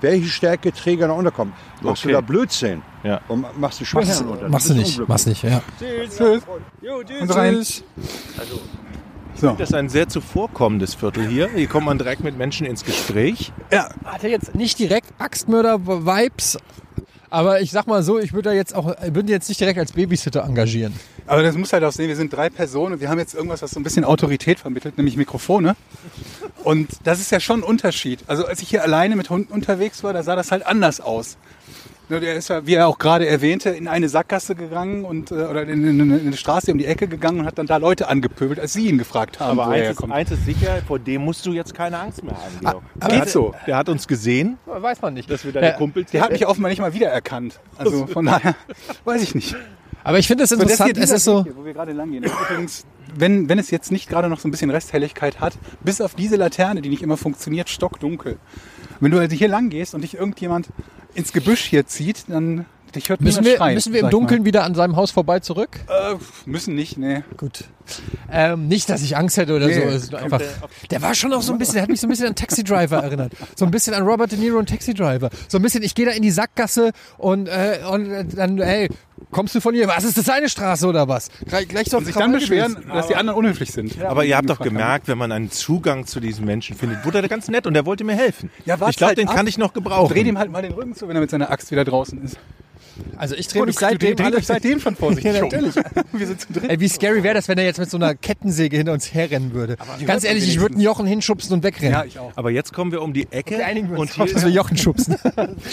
H: Welche Stärke Träger noch unterkommen? Machst
A: Okay.
H: du da Blödsinn?
A: Ja.
H: Und ma- machst du
F: Mach's,
H: Schwächen unter?
F: mach's
H: Das ist
F: nicht,
H: unglücklich.
F: mach's nicht, ja.
D: Und rein.
A: Das ist ein sehr zuvorkommendes Viertel hier. Hier kommt man direkt mit Menschen ins Gespräch.
F: Hatte jetzt nicht direkt Axtmörder-Vibes, aber ich sag mal so, ich würde da jetzt auch, ich würde jetzt nicht direkt als Babysitter engagieren.
D: Aber das muss halt auch sehen, wir sind drei Personen und wir haben jetzt irgendwas, was so ein bisschen Autorität vermittelt, nämlich Mikrofone. Und das ist ja schon ein Unterschied. Also als ich hier alleine mit Hunden unterwegs war, da sah das halt anders aus. Nur Der ist ja, wie er auch gerade erwähnte, in eine Sackgasse gegangen und äh, oder in, in, in eine Straße um die Ecke gegangen und hat dann da Leute angepöbelt, als sie ihn gefragt haben,
A: Aber
D: wo er
A: eins ist,
D: herkommt.
A: eins ist sicher, vor dem musst du jetzt keine Angst mehr haben, Georg. Der
D: aber geht
A: hat-
D: so.
A: Der hat uns gesehen,
F: Weiß man nicht.
A: dass wir deine
F: Ja,
A: Kumpels
D: Der hat mich offenbar nicht mal wiedererkannt. Also von daher weiß ich nicht.
F: Aber ich finde es
D: So, das
F: interessant,
D: hier,
F: es
D: dieser
F: ist so,
D: Weg hier, wo wir gerade lang gehen. ist Übrigens, wenn, wenn es jetzt nicht gerade noch so ein bisschen Resthelligkeit hat, bis auf diese Laterne, die nicht immer funktioniert, stockdunkel. Wenn du also hier lang gehst und dich irgendjemand ins Gebüsch hier zieht, dann dich hört
F: müssen
D: niemand
F: wir,
D: schreien.
F: müssen wir im
D: sag ich
F: Dunkeln wieder an seinem Haus vorbei zurück?
D: Mal. Äh, müssen nicht, nee.
F: Gut. Ähm, nicht, dass ich Angst hätte oder so.
D: Nee,
F: Es ist nur einfach, der war schon auch so ein bisschen, der hat mich so ein bisschen an Taxi Driver erinnert. So ein bisschen an Robert De Niro und Taxi Driver. So ein bisschen, ich gehe da in die Sackgasse und, äh, und äh, dann, hey, kommst du von hier? Was ist das deine Straße oder was? Gleich, gleich so
D: Und sich dann beschweren, dass die anderen unhöflich sind.
A: Aber ihr habt doch
D: Gefragt haben.
A: gemerkt, wenn man einen Zugang zu diesem Menschen findet, wurde er ganz nett und er wollte mir helfen.
D: Ja, warte
A: ich glaube,
D: halt
A: den
D: ab.
A: kann ich noch gebrauchen.
D: Dreh dem halt mal den Rücken zu, wenn er mit seiner Axt wieder draußen ist.
F: Also ich drehe mich
D: Du- du- du-
F: seitdem
D: dreht
F: alle
D: euch halt seitdem schon vorsichtig
F: Ja,
D: um.
F: natürlich.
D: Wir sind zu dritt.
F: Ey, wie scary wäre das, wenn er jetzt mit so einer Kettensäge hinter uns herrennen würde? Ganz ehrlich, ich würde einen Jochen hinschubsen und wegrennen.
D: Ja, ich auch.
A: aber jetzt kommen wir um die Ecke und
F: drauf, dass wir
A: hier,
F: Jochen schubsen.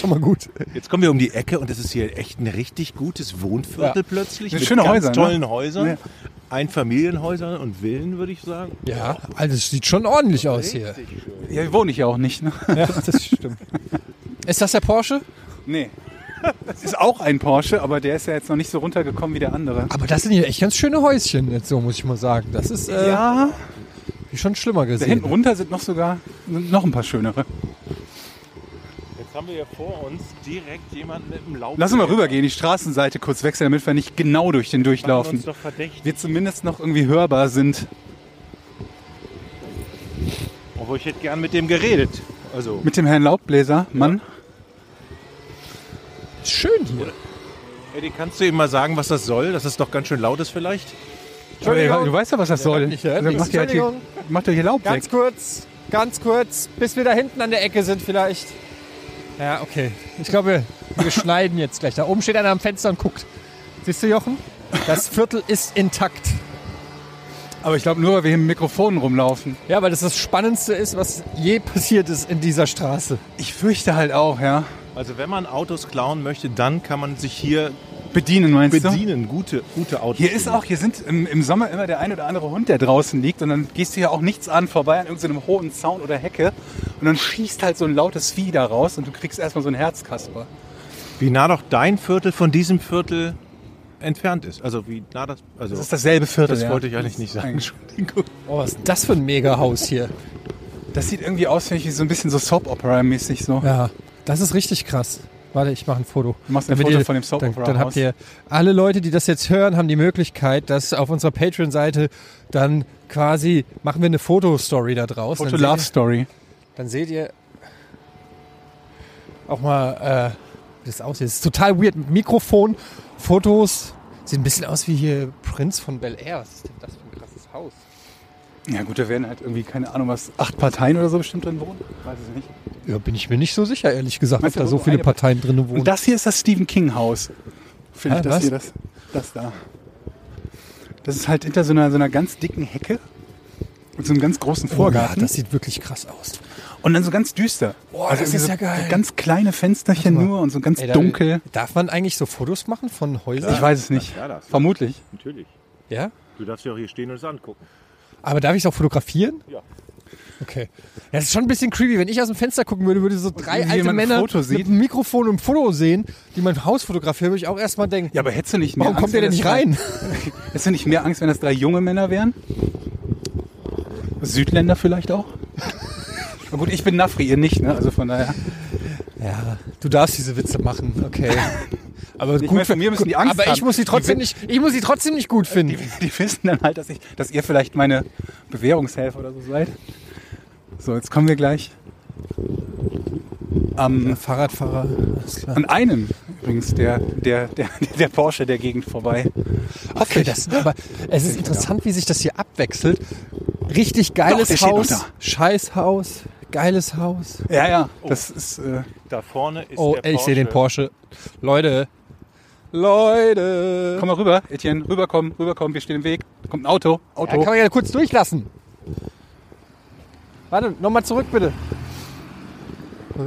F: schon mal gut.
A: jetzt kommen wir um die Ecke und es ist hier echt ein richtig gutes Wohnviertel plötzlich
D: Sind schöne
A: ganz
D: Häuser, ne?
A: tollen Häusern,
D: Ja.
A: Einfamilienhäusern und Villen, würde ich sagen.
F: Ja, also es sieht schon ordentlich aus hier.
D: Ja, wir wohnen hier auch nicht, ne?
F: Ja, das stimmt. Ist das der Porsche?
D: Nee. Das ist auch ein Porsche, aber der ist ja jetzt noch nicht so runtergekommen wie der andere.
F: Aber das sind hier echt ganz schöne Häuschen, jetzt so muss ich mal sagen. Das ist äh,
D: Ja,
F: schon schlimmer
D: da
F: gesehen.
D: hinten runter sind noch sogar sind noch ein paar schönere.
A: Jetzt haben wir hier vor uns direkt jemanden mit dem Laub.
D: Lass uns mal rübergehen, die Straßenseite kurz wechseln, damit wir nicht genau durch den durchlaufen.
A: doch verdächtig.
D: Wir zumindest noch irgendwie hörbar sind.
A: Obwohl ich hätte gern mit dem geredet. Also.
D: Mit dem Herrn Laubbläser, Mann.
F: Schön hier.
B: Eddie, kannst du ihm mal sagen, was das soll? Dass es doch ganz schön laut ist vielleicht?
D: Entschuldigung. Du weißt ja, was das soll. Also macht, ihr halt hier, macht ihr hier Laub weg.
F: Ganz kurz, ganz kurz, bis wir da hinten an der Ecke sind vielleicht. Ja, okay. Ich glaube, wir, wir schneiden jetzt gleich. Da oben steht einer am Fenster und guckt. Siehst du, Jochen? Das Viertel ist intakt.
D: Aber ich glaube nur, weil wir hier mit Mikrofonen rumlaufen.
F: Ja, weil das das Spannendste ist, was je passiert ist in dieser Straße.
D: Ich fürchte halt auch, ja.
B: Also wenn man Autos klauen möchte, dann kann man sich hier
D: Bedienen meinst du?
B: bedienen. Gute, gute Autos.
D: Hier ist auch, hier sind im, im Sommer immer der ein oder andere Hund, der draußen liegt und dann gehst du hier auch nichts an vorbei an irgendeinem hohen Zaun oder Hecke und dann schießt halt so ein lautes Vieh da raus und du kriegst erstmal so ein Herzkasper.
B: Wie nah doch dein Viertel von diesem Viertel entfernt ist. Also wie nah das... Also
D: Das ist dasselbe Viertel.
B: das
D: ja.
B: wollte ich eigentlich nicht sagen. Entschuldigung.
F: Oh, was ist das für ein Megahaus hier?
D: Das sieht irgendwie aus, finde ich, wie so ein bisschen so Soap-Opera-mäßig so.
F: Ja, das ist richtig krass. Warte, ich mache ein Foto.
D: Du machst ein
F: Damit
D: Foto
F: ihr,
D: von dem Soap
F: dann,
D: Opera
F: dann habt
D: Haus.
F: ihr alle Leute, die das jetzt hören, haben die Möglichkeit, dass auf unserer Patreon-Seite dann quasi machen wir eine Fotostory da draus.
D: Foto
F: dann,
D: Love
F: seht
D: Story.
F: ihr, dann seht ihr auch mal, äh, wie das aussieht. Das ist total weird mit Mikrofon, Fotos. Sieht ein bisschen aus wie hier Prinz von Bel Air. Was ist denn das für ein krasses Haus?
D: Ja gut, da werden halt irgendwie, keine Ahnung was, acht Parteien oder so bestimmt drin wohnen. Weiß es nicht.
F: Ja, bin ich mir nicht so sicher, ehrlich gesagt, ob
D: Meinst du,
F: da
D: wo
F: so
D: nur
F: viele
D: eine-
F: Parteien drin wohnen.
D: Und das hier ist das Stephen King Haus. Finde
F: Hä,
D: ich das
F: was?
D: hier, das, das da. Das ist halt hinter so einer, so einer ganz dicken Hecke und so einem ganz großen
F: Vorgarten.
D: Vorgarten.
F: Oh, das sieht wirklich krass aus.
D: und dann so ganz düster. Also
F: Boah, das
D: irgendwie
F: ist
D: so
F: ja geil.
D: so Ganz kleine Fensterchen nur und so ganz
F: Ey, da-
D: dunkel.
F: Darf man eigentlich so Fotos machen von Häusern?
D: Ich weiß es nicht.
B: Ja, das-
D: Vermutlich.
B: Natürlich.
F: Ja?
B: Du darfst ja auch hier stehen und es angucken.
F: Aber darf ich es auch fotografieren?
B: Ja.
F: Okay. Das ist schon ein bisschen creepy. Wenn ich aus dem Fenster gucken würde, würde so drei
D: irgendwie
F: alte
D: jemand ein
F: Männer
D: Foto sieht.
F: mit einem Mikrofon und ein Foto sehen, die mein Haus fotografieren, würde ich auch erstmal denken,
D: Ja, aber hättest du nicht mehr
F: warum kommt
D: Angst,
F: der
D: wenn
F: denn nicht
D: das
F: rein?
D: drei- Hättest du nicht mehr Angst, wenn das drei junge Männer wären? Südländer vielleicht auch? Na gut, ich bin Nafri, ihr nicht, ne? Also von daher.
F: Ja, du darfst diese Witze machen, okay. Aber gut
D: meine, von mir müssen die Angst
F: Aber ich
D: haben.
F: muss sie
D: Die
F: trotzdem
D: wi-
F: nicht, ich muss sie trotzdem nicht gut finden.
D: Die wissen dann halt, dass, ich, dass ihr vielleicht meine Bewährungshelfer oder so seid. So, jetzt kommen wir gleich am,
F: Fahrradfahrer, alles klar.
D: an einem übrigens, der, der, der, der Porsche der Gegend vorbei.
F: Okay, das, aber es ist interessant, wie sich das hier abwechselt. Richtig
D: Doch, der
F: geiles
D: steht noch
F: Haus,
D: da.
F: scheiß Haus, geiles Haus.
D: Ja, ja, das ist. Äh,
B: Da vorne ist
F: Oh,
B: der
F: ey, ich sehe den Porsche. Leute, Leute.
D: komm mal rüber, Etienne, rüberkommen, rüberkommen, wir stehen im Weg. Da kommt ein Auto,
F: Ja, kann
D: Auto.
F: man ja kurz durchlassen. Warte, nochmal zurück bitte.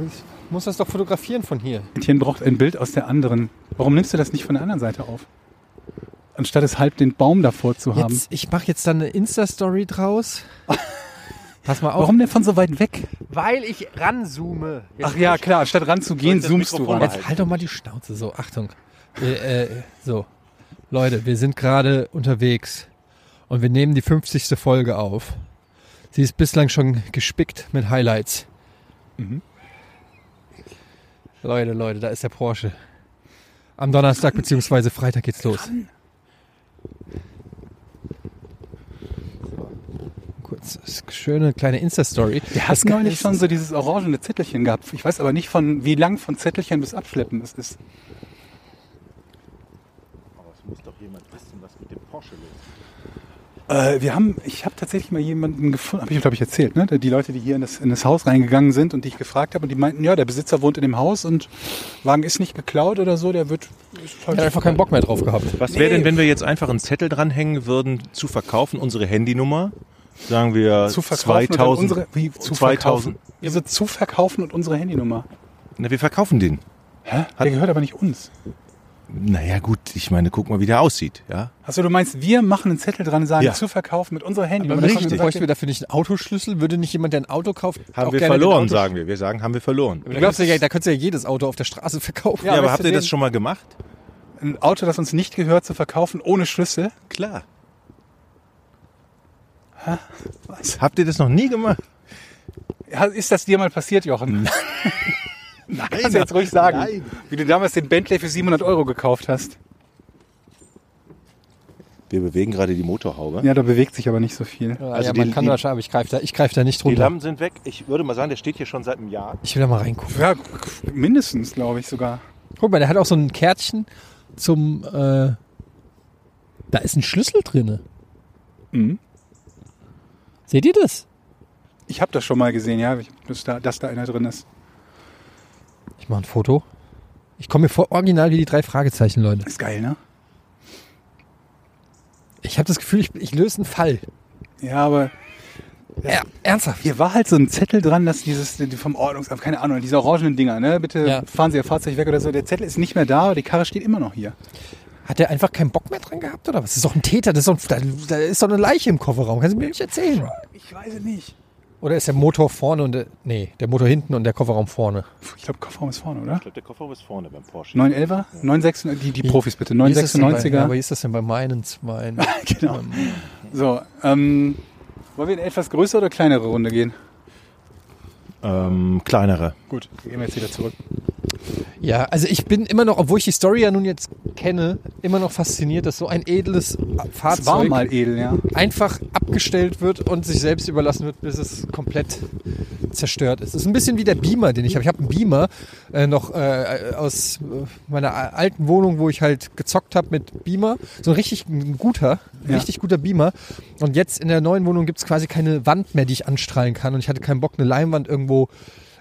F: Ich muss das doch fotografieren von hier.
D: Etienne braucht ein Bild aus der anderen. Warum nimmst du das nicht von der anderen Seite auf? Anstatt es halb den Baum davor zu haben.
F: Jetzt, ich mache jetzt dann eine Insta-Story draus. Pass mal auf.
D: Warum denn von so weit weg?
F: Weil ich ranzoome.
D: Ach ja, klar, statt ranzugehen,
B: das
D: zoomst du
B: Mikrofon
D: ran.
F: Jetzt halt doch mal die Schnauze. So, Achtung. Äh, äh, so. Leute, wir sind gerade unterwegs und wir nehmen die 50. Folge auf. Sie ist bislang schon gespickt mit Highlights. Leute, Leute, da ist der Porsche. Am Donnerstag bzw. Freitag geht's los. So. Kurz, schöne kleine Insta-Story.
D: Wir hatten neulich schon so dieses orangene Zettelchen gehabt. Ich weiß aber nicht, von wie lang von Zettelchen bis Abschleppen es ist.
B: Aber es muss doch jemand wissen, was mit dem Porsche los ist.
D: Äh, wir haben, ich habe tatsächlich mal jemanden gefunden, habe ich glaube ich erzählt, ne? Die Leute, die hier in das, in das Haus reingegangen sind und die ich gefragt habe und die meinten, ja, der Besitzer wohnt in dem Haus und Wagen ist nicht geklaut oder so, der wird. Ist
F: Ich hab
D: halt
F: einfach keinen Bock mehr drauf gehabt.
B: Was wäre denn, wenn wir jetzt einfach einen Zettel dranhängen würden, zu verkaufen, unsere Handynummer? Sagen wir
D: zu verkaufen
B: 2000.
D: und dann unsere, wie, zu
B: 2000.
D: verkaufen. Wieso zu verkaufen und unsere Handynummer?
B: Na, wir verkaufen den.
D: Hä? Der gehört aber nicht uns.
B: Naja, gut, ich meine, guck mal, wie der aussieht, ja?
D: Also du meinst, wir machen einen Zettel dran, sagen
B: Ja.
D: zu verkaufen mit unserer Handynummer.
F: Aber
D: Das haben wir
F: richtig.
D: gesagt,
F: Bräuchten wir dafür nicht einen Autoschlüssel? Würde nicht jemand, der ein Auto kauft,
B: Haben
F: auch
B: wir
F: gerne den
B: verloren,
F: Auto-
B: sagen wir. Wir sagen, haben wir verloren.
F: Da könntest, du ja, da könntest du ja jedes Auto auf der Straße verkaufen.
B: Ja,
D: aber
B: aber
D: ist
B: habt ihr
D: das
B: das schon mal gemacht?
D: Ein Auto, das uns nicht gehört, zu verkaufen ohne Schlüssel.
B: Klar.
D: Was?
B: Habt ihr das noch nie gemacht?
D: Ist das dir mal passiert, Jochen? Nein. Kannst du jetzt ruhig sagen, wie du damals den Bentley für 700 Euro gekauft hast.
B: Wir bewegen gerade die Motorhaube.
D: Ja, da bewegt sich aber nicht so viel.
F: Ja,
B: Also
F: ja,
B: die-
F: man kann
B: die-
F: wahrscheinlich, aber ich greife da, ich greif da nicht
B: Die
F: runter.
B: Lampen sind weg. Ich würde mal sagen, der steht hier schon seit einem Jahr.
F: Ich will da mal reingucken.
D: Ja, mindestens, glaube ich sogar.
F: Guck mal, der hat auch so ein Kärtchen zum, äh, da ist ein Schlüssel drinne. Seht ihr das?
D: Ich habe das schon mal gesehen, ja, ich- dass da, dass da einer drin ist.
I: Ich mache ein Foto.
F: Ich komme mir vor original wie die drei Fragezeichen, Leute.
D: Ist geil, ne?
F: Ich habe das Gefühl, ich, ich löse einen Fall.
D: Ja, aber
F: Ja, ernsthaft.
D: hier war halt so ein Zettel dran, dass dieses die vom Ordnungsamt, keine Ahnung, diese orangenen Dinger, ne? Bitte
F: Ja.
D: fahren Sie Ihr Fahrzeug weg oder so. Der Zettel ist nicht mehr da, aber die Karre steht immer noch hier.
F: Hat der einfach keinen Bock mehr dran gehabt oder was? Das ist doch ein Täter, das ist doch, da, da ist doch eine Leiche im Kofferraum. Kannst du mir nicht erzählen?
D: Ich weiß es nicht.
F: Oder ist der Motor vorne und der, nee, der Motor hinten und der Kofferraum vorne?
D: Ich glaube, Kofferraum ist vorne, oder?
A: Ich glaube, der Kofferraum ist vorne beim Porsche.
D: 911er? 96, die, die Profis bitte.
F: Wie ist das denn Bei, ja, aber
D: 996er.
F: wie ist das denn bei meinen zwei?
D: genau. So, ähm, wollen wir in eine etwas größere oder kleinere Runde gehen?
A: Ähm, kleinere.
D: Gut, gehen wir jetzt wieder zurück.
F: Ja, also ich bin immer noch, obwohl ich die Story ja nun jetzt kenne, immer noch fasziniert, dass so ein edles
D: Es war
F: Fahrzeug
D: mal edel, ja.
F: einfach abgestellt wird und sich selbst überlassen wird, bis es komplett zerstört ist. Das ist ein bisschen wie der Beamer, den ich habe. Ich habe einen Beamer äh, noch äh, aus äh, meiner a- alten Wohnung, wo ich halt gezockt habe mit Beamer. So ein richtig ein guter, ein
D: Ja.
F: richtig guter Beamer. Und jetzt in der neuen Wohnung gibt es quasi keine Wand mehr, die ich anstrahlen kann. Und ich hatte keinen Bock, eine Leinwand irgendwo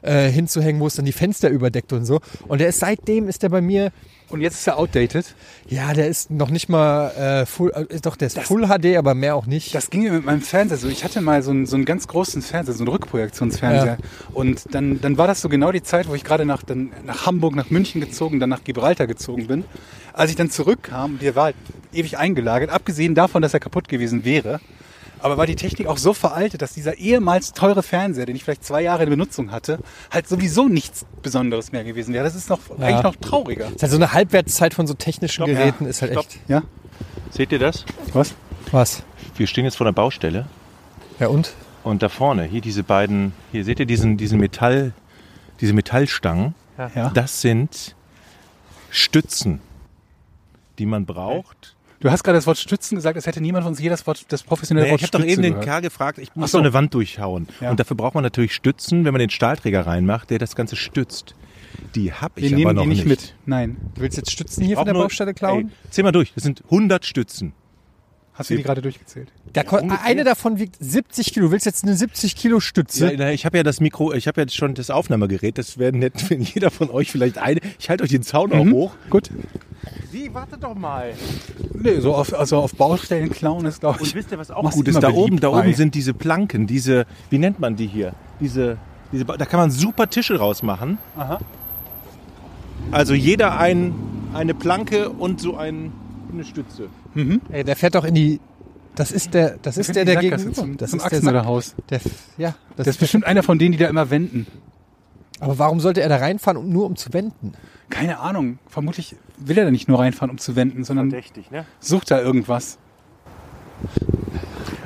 F: äh, hinzuhängen, wo es dann die Fenster überdeckt und so. Und der ist seitdem ist der bei mir
D: Und jetzt ist er outdated.
F: ja, der ist noch nicht mal äh, Full, äh, doch der ist Full HD, aber mehr auch nicht.
D: Das ging mir mit meinem Fernseher so. Ich hatte mal so einen, so einen ganz großen Fernseher, so einen Rückprojektionsfernseher. Und dann, dann war das so genau die Zeit, wo ich gerade nach, dann, nach Hamburg, nach München gezogen, dann nach Gibraltar gezogen bin. Als ich dann zurückkam, der war halt ewig eingelagert, abgesehen davon, dass er kaputt gewesen wäre. Aber war die Technik auch so veraltet, dass dieser ehemals teure Fernseher, den ich vielleicht zwei Jahre in Benutzung hatte, halt sowieso nichts Besonderes mehr gewesen wäre. Das ist noch, eigentlich noch trauriger.
F: ist halt so eine Halbwertszeit von so technischen Geräten ist halt echt.
D: Ja?
A: Seht ihr das?
D: Was?
F: Was?
A: Wir stehen jetzt vor der Baustelle
F: Ja und?
A: und da vorne, hier diese beiden, hier seht ihr diesen, diesen Metall, diese Metallstangen?
D: Ja.
A: Das sind Stützen, die man braucht.
D: Du hast gerade das Wort Stützen gesagt, es hätte niemand von uns je das Wort, das professionelle
A: Naja,
D: Wort
A: ich habe doch
D: Stütze
A: eben den
D: gehört.
A: Kerl gefragt, ich muss
D: so.
A: so eine Wand durchhauen.
D: Ja.
A: Und dafür braucht man natürlich Stützen, wenn man den Stahlträger reinmacht, der das Ganze stützt. Die habe
D: Wir
A: ich aber
D: nehmen
A: noch
D: die nicht,
A: nicht.
D: mit. Nein.
F: Du willst jetzt Stützen hier
A: Brauch
F: von der
A: nur-
F: Baustelle klauen?
A: Ey, zähl mal durch, das sind 100 Stützen.
D: Hast du die gerade durchgezählt?
F: Da kon- eine davon wiegt 70 Kilo. Du willst jetzt eine 70 Kilo Stütze?
A: Ja, na, ich habe ja das Mikro, ich habe ja schon das Aufnahmegerät, das werden nett, wenn jeder von euch vielleicht eine. Ich halte euch den Zaun auch hoch.
D: Gut.
A: Sie, warte doch mal.
D: Nee, so auf, also auf Baustellen klauen ist, glaube ich.
A: Und wisst ihr, was auch
D: machst
A: gut
D: du
A: ist?
D: immer
A: Da oben,
D: beliebt
A: da
D: bei.
A: oben sind diese Planken, diese, wie nennt man die hier? Diese, diese, Ba- da kann man super Tische rausmachen.
D: Aha.
A: Also jeder ein, eine Planke und so ein, eine Stütze.
F: Ey, der fährt doch in die. Das ist der, das ist der, der
D: Sackgasse
F: gegen.
D: zum-
F: das
D: zum
F: ist der Sack-
D: Achsenmörderhaus.
F: Der, ja, das,
D: Das ist bestimmt einer von denen, die da immer wenden.
F: Aber warum sollte er da reinfahren, um, nur um zu wenden?
D: Keine Ahnung. Vermutlich will er da nicht nur reinfahren, um zu wenden, sondern
A: Verdächtig, ne?
D: sucht da irgendwas.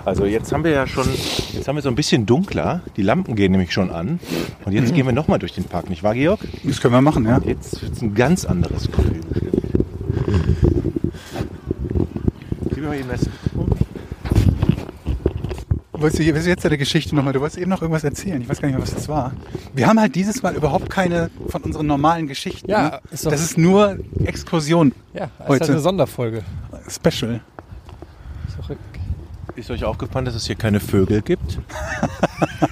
A: Also jetzt haben wir ja schon, jetzt haben wir so ein bisschen dunkler. Die Lampen gehen nämlich schon an. Und jetzt gehen wir nochmal durch den Park, nicht wahr, Georg?
D: Das können wir machen, ja?
A: Jetzt wird es ein ganz anderes Gefühl. Gib mir mal eben das.
D: Wolltest du, hier- bist du jetzt deine Geschichte nochmal? Du wolltest eben noch irgendwas erzählen. Ich weiß gar nicht mehr, was das war. Wir haben halt dieses Mal überhaupt keine von unseren normalen Geschichten.
F: Ja,
D: ne?
F: ist doch-
D: das ist nur Exkursion.
F: Ja, das ist
D: Heute.
F: halt eine Sonderfolge.
D: Special.
A: Ist euch aufgefallen, dass es hier keine Vögel gibt?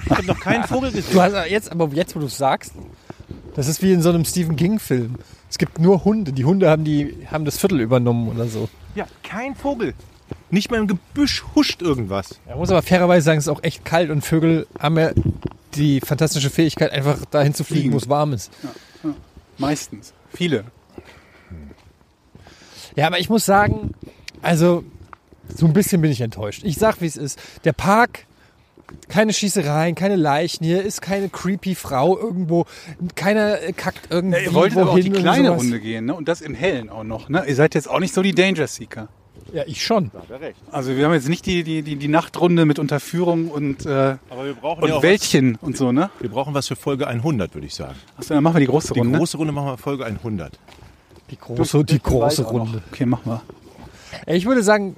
A: Ich habe noch keinen Vogel gesehen.
F: Du hast aber jetzt, aber jetzt, wo du es sagst, das ist wie in so einem Stephen King-Film. Es gibt nur Hunde. Die Hunde haben, die, haben das Viertel übernommen oder so.
A: Ja, kein Vogel. Nicht mal im Gebüsch huscht irgendwas.
F: Man muss aber fairerweise sagen, es ist auch echt kalt und Vögel haben ja die fantastische Fähigkeit, einfach dahin zu fliegen, wo es warm ist.
D: Meistens. Viele.
F: Ja, aber ich muss sagen, also so ein bisschen bin ich enttäuscht. Ich sag, wie es ist. Der Park, keine Schießereien, keine Leichen hier, ist keine creepy Frau irgendwo, keiner äh, kackt irgendwie
D: Ja, ihr wolltet aber auch die
F: wohin und
D: kleine
F: sowas.
D: Runde gehen, ne? Und das im Hellen auch noch, ne? Ihr seid jetzt auch nicht so die Danger Seeker.
F: Ja, ich schon.
D: Also wir haben jetzt nicht die, die, die, die Nachtrunde mit Unterführung und, äh,
A: Aber wir brauchen
D: und Wäldchen und so, ne?
A: was. Wir brauchen was für Folge 100, würde ich sagen.
D: Achso, dann machen wir die große
A: Die
D: Runde.
A: große Runde machen wir Folge 100.
F: Die große, die große Runde.
D: Okay, machen wir.
F: Ey, Ich würde sagen,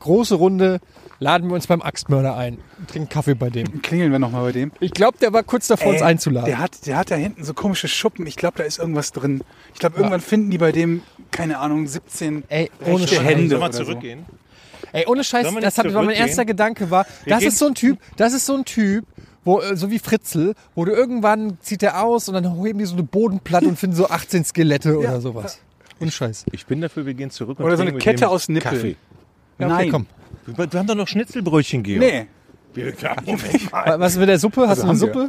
F: große Runde, laden wir uns beim Axtmörder ein und trinken Kaffee bei dem.
D: Klingeln wir nochmal bei dem.
F: Ich glaube, der war kurz davor, uns
D: Ey,
F: einzuladen.
D: Der hat, der hat da hinten so komische Schuppen. Ich glaube, da ist irgendwas drin. Ich glaube, irgendwann finden die bei dem, keine Ahnung, 17
F: Ey, ohne
D: rechte
F: Scheiß.
D: Hände.
A: Sollen wir
D: oder
A: zurückgehen?
F: Ey, ohne Scheiß,
A: Sollen wir
F: das
A: nicht
F: hat, war mein
A: zurückgehen?
F: erster Gedanke war, das
A: gehen-
F: ist so ein Typ, das ist so ein Typ, wo, äh, so wie Fritzl, wo du irgendwann zieht er aus und dann heben die so eine Bodenplatte und finden so 18 Skelette oder sowas. Ohne Scheiß.
A: Ich bin dafür, wir gehen zurück. Und
D: So. Oder so eine
A: trinken mit
D: Kette
A: dem
D: aus Nippel.
A: Kaffee.
F: Ja,
D: Nein.
F: komm.
A: Wir, wir haben doch noch Schnitzelbrötchen, Georg.
D: Nee, äh,
F: Wa- Was mit der Suppe? Hast du eine
D: Also
F: Suppe?
D: haben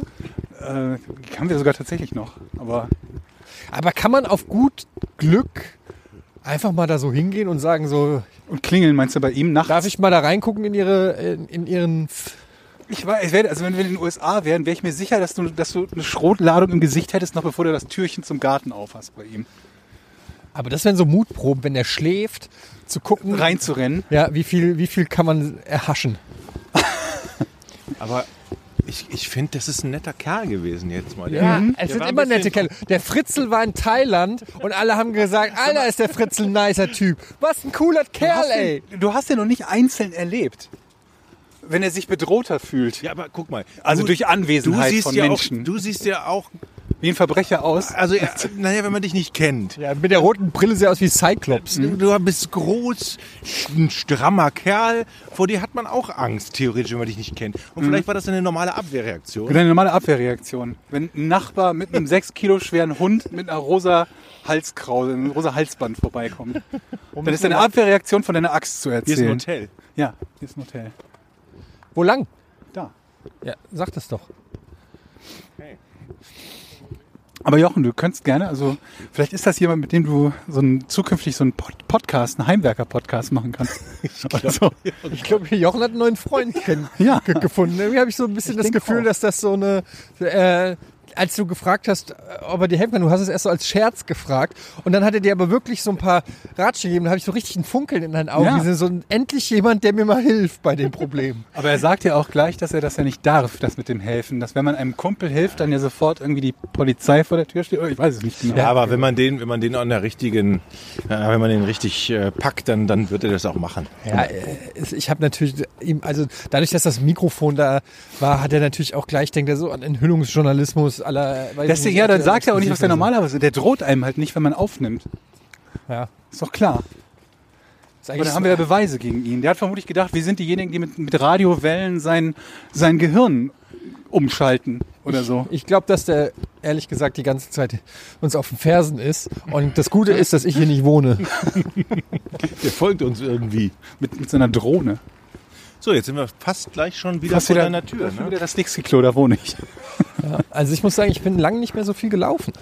D: äh, haben wir sogar tatsächlich noch. Aber
F: Aber kann man auf gut Glück einfach mal da so hingehen und sagen so,
D: und klingeln meinst du bei ihm nachts?
F: darf ich mal da reingucken in ihre, in, in ihren,
D: Ich war, ich werde, also wenn wir in den USA wären, wäre ich mir sicher, dass du, dass du eine Schrotladung im Gesicht hättest, noch bevor du das Türchen zum Garten aufhast bei ihm.
F: aber das wären so Mutproben, wenn er schläft, zu gucken,
D: Reinzurennen.
F: ja, wie viel, wie viel kann man erhaschen?
A: Aber ich, ich finde, das ist ein netter Kerl gewesen jetzt mal. Der-
F: Ja, es sind
A: war ein
F: immer nette
A: bisschen-
F: Kerle. Der Fritzl war in Thailand und alle haben gesagt, Alter, ist der Fritzl ein nicer Typ. Was ein cooler Kerl, ey.
D: den, du hast den noch nicht einzeln erlebt. Wenn er sich bedrohter fühlt.
A: Ja, aber guck mal.
D: Also
A: du-
D: durch
A: du
D: Anwesenheit
A: siehst
D: von
A: ja
D: Menschen.
A: Auch, du siehst ja auch,
D: Wie ein Verbrecher aus.
A: also ja, naja, wenn man dich nicht kennt.
F: Ja, mit der roten Brille sieht er aus wie Cyclops.
A: Du- Du bist groß, ein strammer Kerl. Vor dir hat man auch Angst, theoretisch, wenn man dich nicht kennt. Und vielleicht war das eine normale Abwehrreaktion.
D: Eine normale Abwehrreaktion. Wenn ein Nachbar mit einem 6 Kilo schweren Hund mit einer rosa Halskrause, einem rosa Halsband vorbeikommt, dann ist deine Abwehrreaktion von deiner Axt zu
A: Um Hier
D: erzählen.
A: ist ein Hotel.
D: Ja, hier ist ein Hotel.
F: Wo lang?
D: Da.
F: Ja, sag das doch.
D: Aber Jochen, du könntest gerne, also vielleicht ist das jemand, mit dem du so einen, zukünftig so einen Pod Podcast, einen Heimwerker-Podcast machen kannst. Oder so.
F: Ich glaube, Jochen hat einen neuen Freund kennen,
D: Ja.
F: ge- gefunden. Irgendwie habe ich so ein bisschen das
D: denk
F: Gefühl,
D: auch.
F: dass das so eine. Äh, als du gefragt hast, äh, ob er dir helfen kann, du hast es erst so als Scherz gefragt und dann hat er dir aber wirklich so ein paar Ratschläge gegeben. Da habe ich so richtig ein Funkeln in deinen Augen.
D: Ja.
F: gesehen, So ein, endlich jemand, der mir mal hilft bei dem Problem.
D: Aber er sagt ja auch gleich, dass er das ja nicht darf, das mit dem Helfen. Dass wenn man einem Kumpel hilft, dann ja sofort irgendwie die Polizei vor der Tür steht. Oder ich weiß es nicht genau.
A: Ja, aber wenn man den, wenn man den an der richtigen, äh, wenn man den richtig äh, packt, dann, dann wird er das auch machen.
F: Ja,
D: Genau.
F: äh, es- ich habe natürlich ihm, also dadurch, dass das Mikrofon da war, hat er natürlich auch gleich, denkt er so an Enthüllungsjournalismus aller. weiß ich
D: Deswegen,
F: nicht,
D: ja, dann
F: RTL
D: sagt er auch nicht, was der
F: Exklusiv
D: normalerweise. Der droht einem halt nicht, wenn man aufnimmt.
F: oder so. Ja,
D: Ist doch klar.
F: ist eigentlich
D: Aber da haben wir ja Beweise gegen ihn. Der hat vermutlich gedacht, wir sind diejenigen, die mit, mit Radiowellen sein, sein Gehirn umschalten oder so.
F: Ich glaube, dass der ehrlich gesagt die ganze Zeit uns auf den Fersen ist. Und das Gute ist, dass ich hier nicht wohne.
A: Der folgt uns irgendwie.
D: Mit, mit so einer Drohne.
A: So, jetzt sind wir fast gleich schon wieder
D: Fast
A: vor
D: wieder-
A: deiner Tür.
D: Schon
A: Ne?
D: wieder das nächste Klo, da wohne ich.
F: Also ich muss sagen, ich bin lange nicht mehr so viel gelaufen.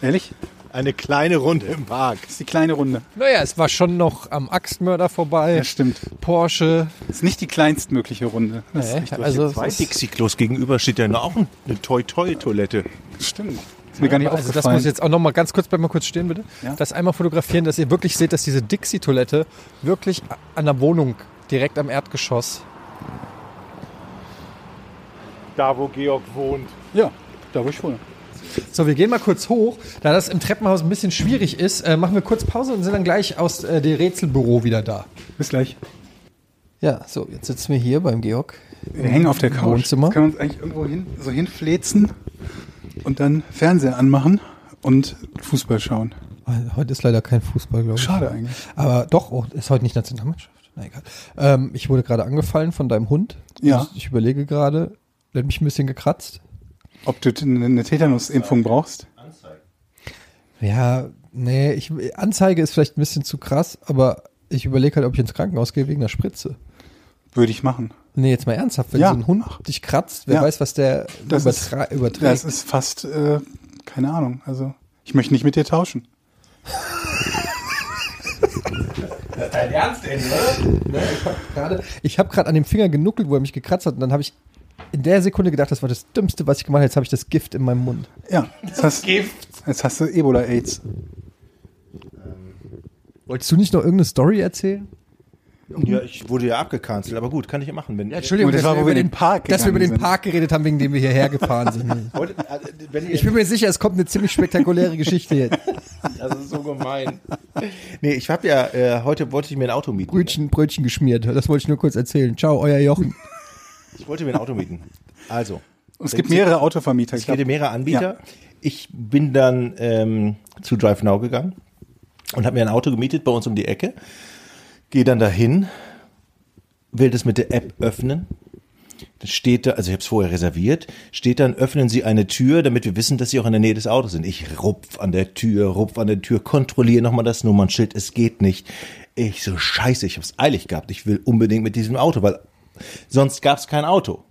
D: Ehrlich?
A: Eine kleine Runde im Park.
D: Das ist die kleine Runde.
F: Naja, es war schon noch am Axtmörder vorbei,
D: Ja, stimmt.
F: Porsche.
D: Das ist nicht die kleinstmögliche Runde. Das ist
F: Äh,
D: richtig.
F: also
A: Zwei
F: es ist,
A: Dixie-Klos gegenüber steht ja auch eine Toi-Toi-Toilette.
D: stimmt. Ist mir gar nicht
F: also das
D: aufgefallen.
F: muss ich jetzt auch noch mal ganz kurz, bleib mal kurz stehen bitte.
D: Ja.
F: Das einmal fotografieren, dass ihr wirklich seht, dass diese Dixie-Toilette wirklich an der Wohnung direkt am Erdgeschoss.
A: Da, wo Georg wohnt.
D: ja, da wo ich wohne.
F: So, wir gehen mal kurz hoch. Da das im Treppenhaus ein bisschen schwierig ist, äh, machen wir kurz Pause und sind dann gleich aus äh, dem Rätselbüro wieder da.
D: Bis gleich.
F: Ja, so, jetzt sitzen wir hier beim Georg.
D: Wir hängen auf der Couch.
F: Wohnzimmer.
D: Jetzt Können wir uns eigentlich irgendwo hin, so hinfläzen und dann Fernseher anmachen und Fußball schauen.
F: Heute ist leider kein Fußball, glaube ich.
D: Schade eigentlich.
F: Aber doch, oh, ist heute nicht Nationalmannschaft. Na egal. Ähm, ich wurde gerade angefallen von deinem Hund.
D: Ja.
F: Ich überlege gerade, der hat mich ein bisschen gekratzt.
D: Ob du t- eine Tetanus-Impfung brauchst?
F: Ja, nee, ich, Anzeige ist vielleicht ein bisschen zu krass, aber ich überlege halt, ob ich ins Krankenhaus gehe wegen einer Spritze.
D: Würde ich machen.
F: Nee, jetzt mal ernsthaft, wenn
D: Ja.
F: so ein Hund dich kratzt, wer
D: Ja.
F: weiß, was der
D: Das ist-
F: übertra überträgt.
D: Das ist fast, äh, keine Ahnung. Also, ich möchte nicht mit dir tauschen.
F: gerade, ich habe gerade an dem Finger genuckelt, wo er mich gekratzt hat, und dann habe ich in der Sekunde gedacht, das war das Dümmste, was ich gemacht habe. Jetzt habe ich das Gift in meinem Mund.
D: Ja, jetzt hast, jetzt hast du Ebola-Aids.
F: Wolltest du nicht noch irgendeine Story erzählen?
A: Ja, ich wurde ja abgekanzelt, aber gut, kann ich ja machen. Wenn,
J: Entschuldigung,
D: Und das war,
J: dass,
D: wo
J: wir über
D: wir in
J: den,
D: den Park
J: dass wir über den
D: gegangen sind.
J: Park geredet haben, wegen dem wir hierher gefahren sind.
A: Heute, also, wenn ihr,
J: Ich bin mir sicher, es kommt eine ziemlich spektakuläre Geschichte jetzt.
A: das ist so gemein. nee, ich habe ja, äh, heute wollte ich mir ein Auto mieten.
J: Brötchen, Brötchen geschmiert. Das wollte ich nur kurz erzählen. Ciao, euer Jochen.
A: Ich wollte mir ein Auto mieten. Also,
D: Und es gibt mehrere Autovermieter.
A: es gibt mehrere Anbieter. Ich bin dann ähm, zu Drive Now gegangen und habe mir ein Auto gemietet bei uns um die Ecke. Gehe dann dahin, will das mit der App öffnen. Dann steht da, also ich habe es vorher reserviert, steht dann, öffnen Sie eine Tür, damit wir wissen, dass Sie auch in der Nähe des Autos sind. Ich rupf an der Tür, rupf an der Tür, kontrolliere nochmal das Nummernschild, es geht nicht. Ich so, scheiße, ich habe es eilig gehabt. Ich will unbedingt mit diesem Auto, weil sonst gab es kein Auto.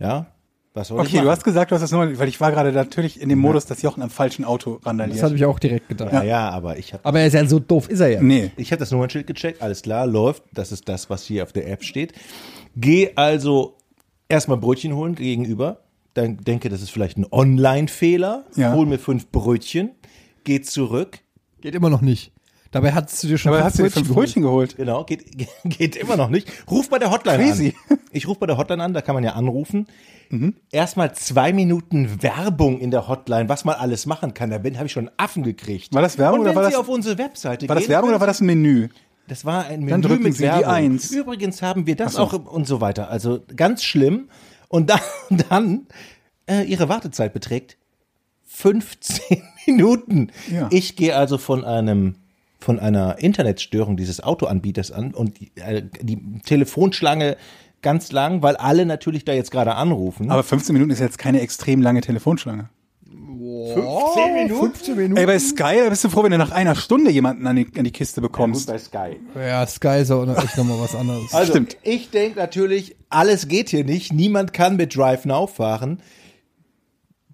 A: Ja, was soll ich
D: Okay,
A: machen?
D: du hast gesagt, du hast das nur, weil ich war gerade natürlich in dem Modus, dass Jochen am falschen Auto randaliert.
J: Das habe ich auch direkt gedacht.
A: Ja, ja, aber ich habe
J: Aber er ist ja so doof, ist er ja.
D: nee.
A: ich hab das Nummernschild gecheckt, alles klar, läuft, das ist das, was hier auf der App steht. Geh also erstmal Brötchen holen gegenüber, dann denke, das ist vielleicht ein Online-Fehler,
D: Ja.
A: hol mir fünf Brötchen, geh zurück,
J: Geht immer noch nicht. Dabei hattest du dir schon
D: Aber hast du dir
J: Brötchen
D: fünf Brötchen geholt?
A: genau, geht, geht immer noch nicht, ruf bei der Hotline
D: Crazy. Mhm.
A: an. Ich ruf bei der Hotline an, da kann man ja anrufen. Erstmal zwei Minuten Werbung in der Hotline, was man alles machen kann, da bin habe ich schon einen Affen gekriegt.
D: War das Werbung
A: Und
D: oder
A: wenn
D: war
A: Sie
D: das-
A: auf unsere Webseite
D: War das
A: gehen,
D: Werbung
A: können
D: oder war das ein Menü?
A: Das war ein Menü
D: Dann drücken
A: mit
D: Sie die
A: Werbung.
D: Eins.
A: Übrigens haben wir das auch im- und so weiter. Also ganz schlimm. Und dann, dann äh, ihre Wartezeit beträgt 15 Minuten.
D: Ja.
A: Ich gehe also von einem von einer Internetstörung dieses Autoanbieters an und die, äh, die Telefonschlange ganz lang, weil alle natürlich da jetzt gerade anrufen.
D: Aber 15 Minuten ist jetzt keine extrem lange Telefonschlange.
A: 10 Minuten?
J: 15 Minuten.
D: Ey, bei Sky, da bist du froh, wenn du nach einer Stunde jemanden an die, an die Kiste bekommst.
A: Bei Sky.
J: Ja, Sky ist auch noch- echt nochmal was anderes.
A: Also,
D: Stimmt.
A: ich denke natürlich, alles geht hier nicht. Niemand kann mit Drive Now fahren.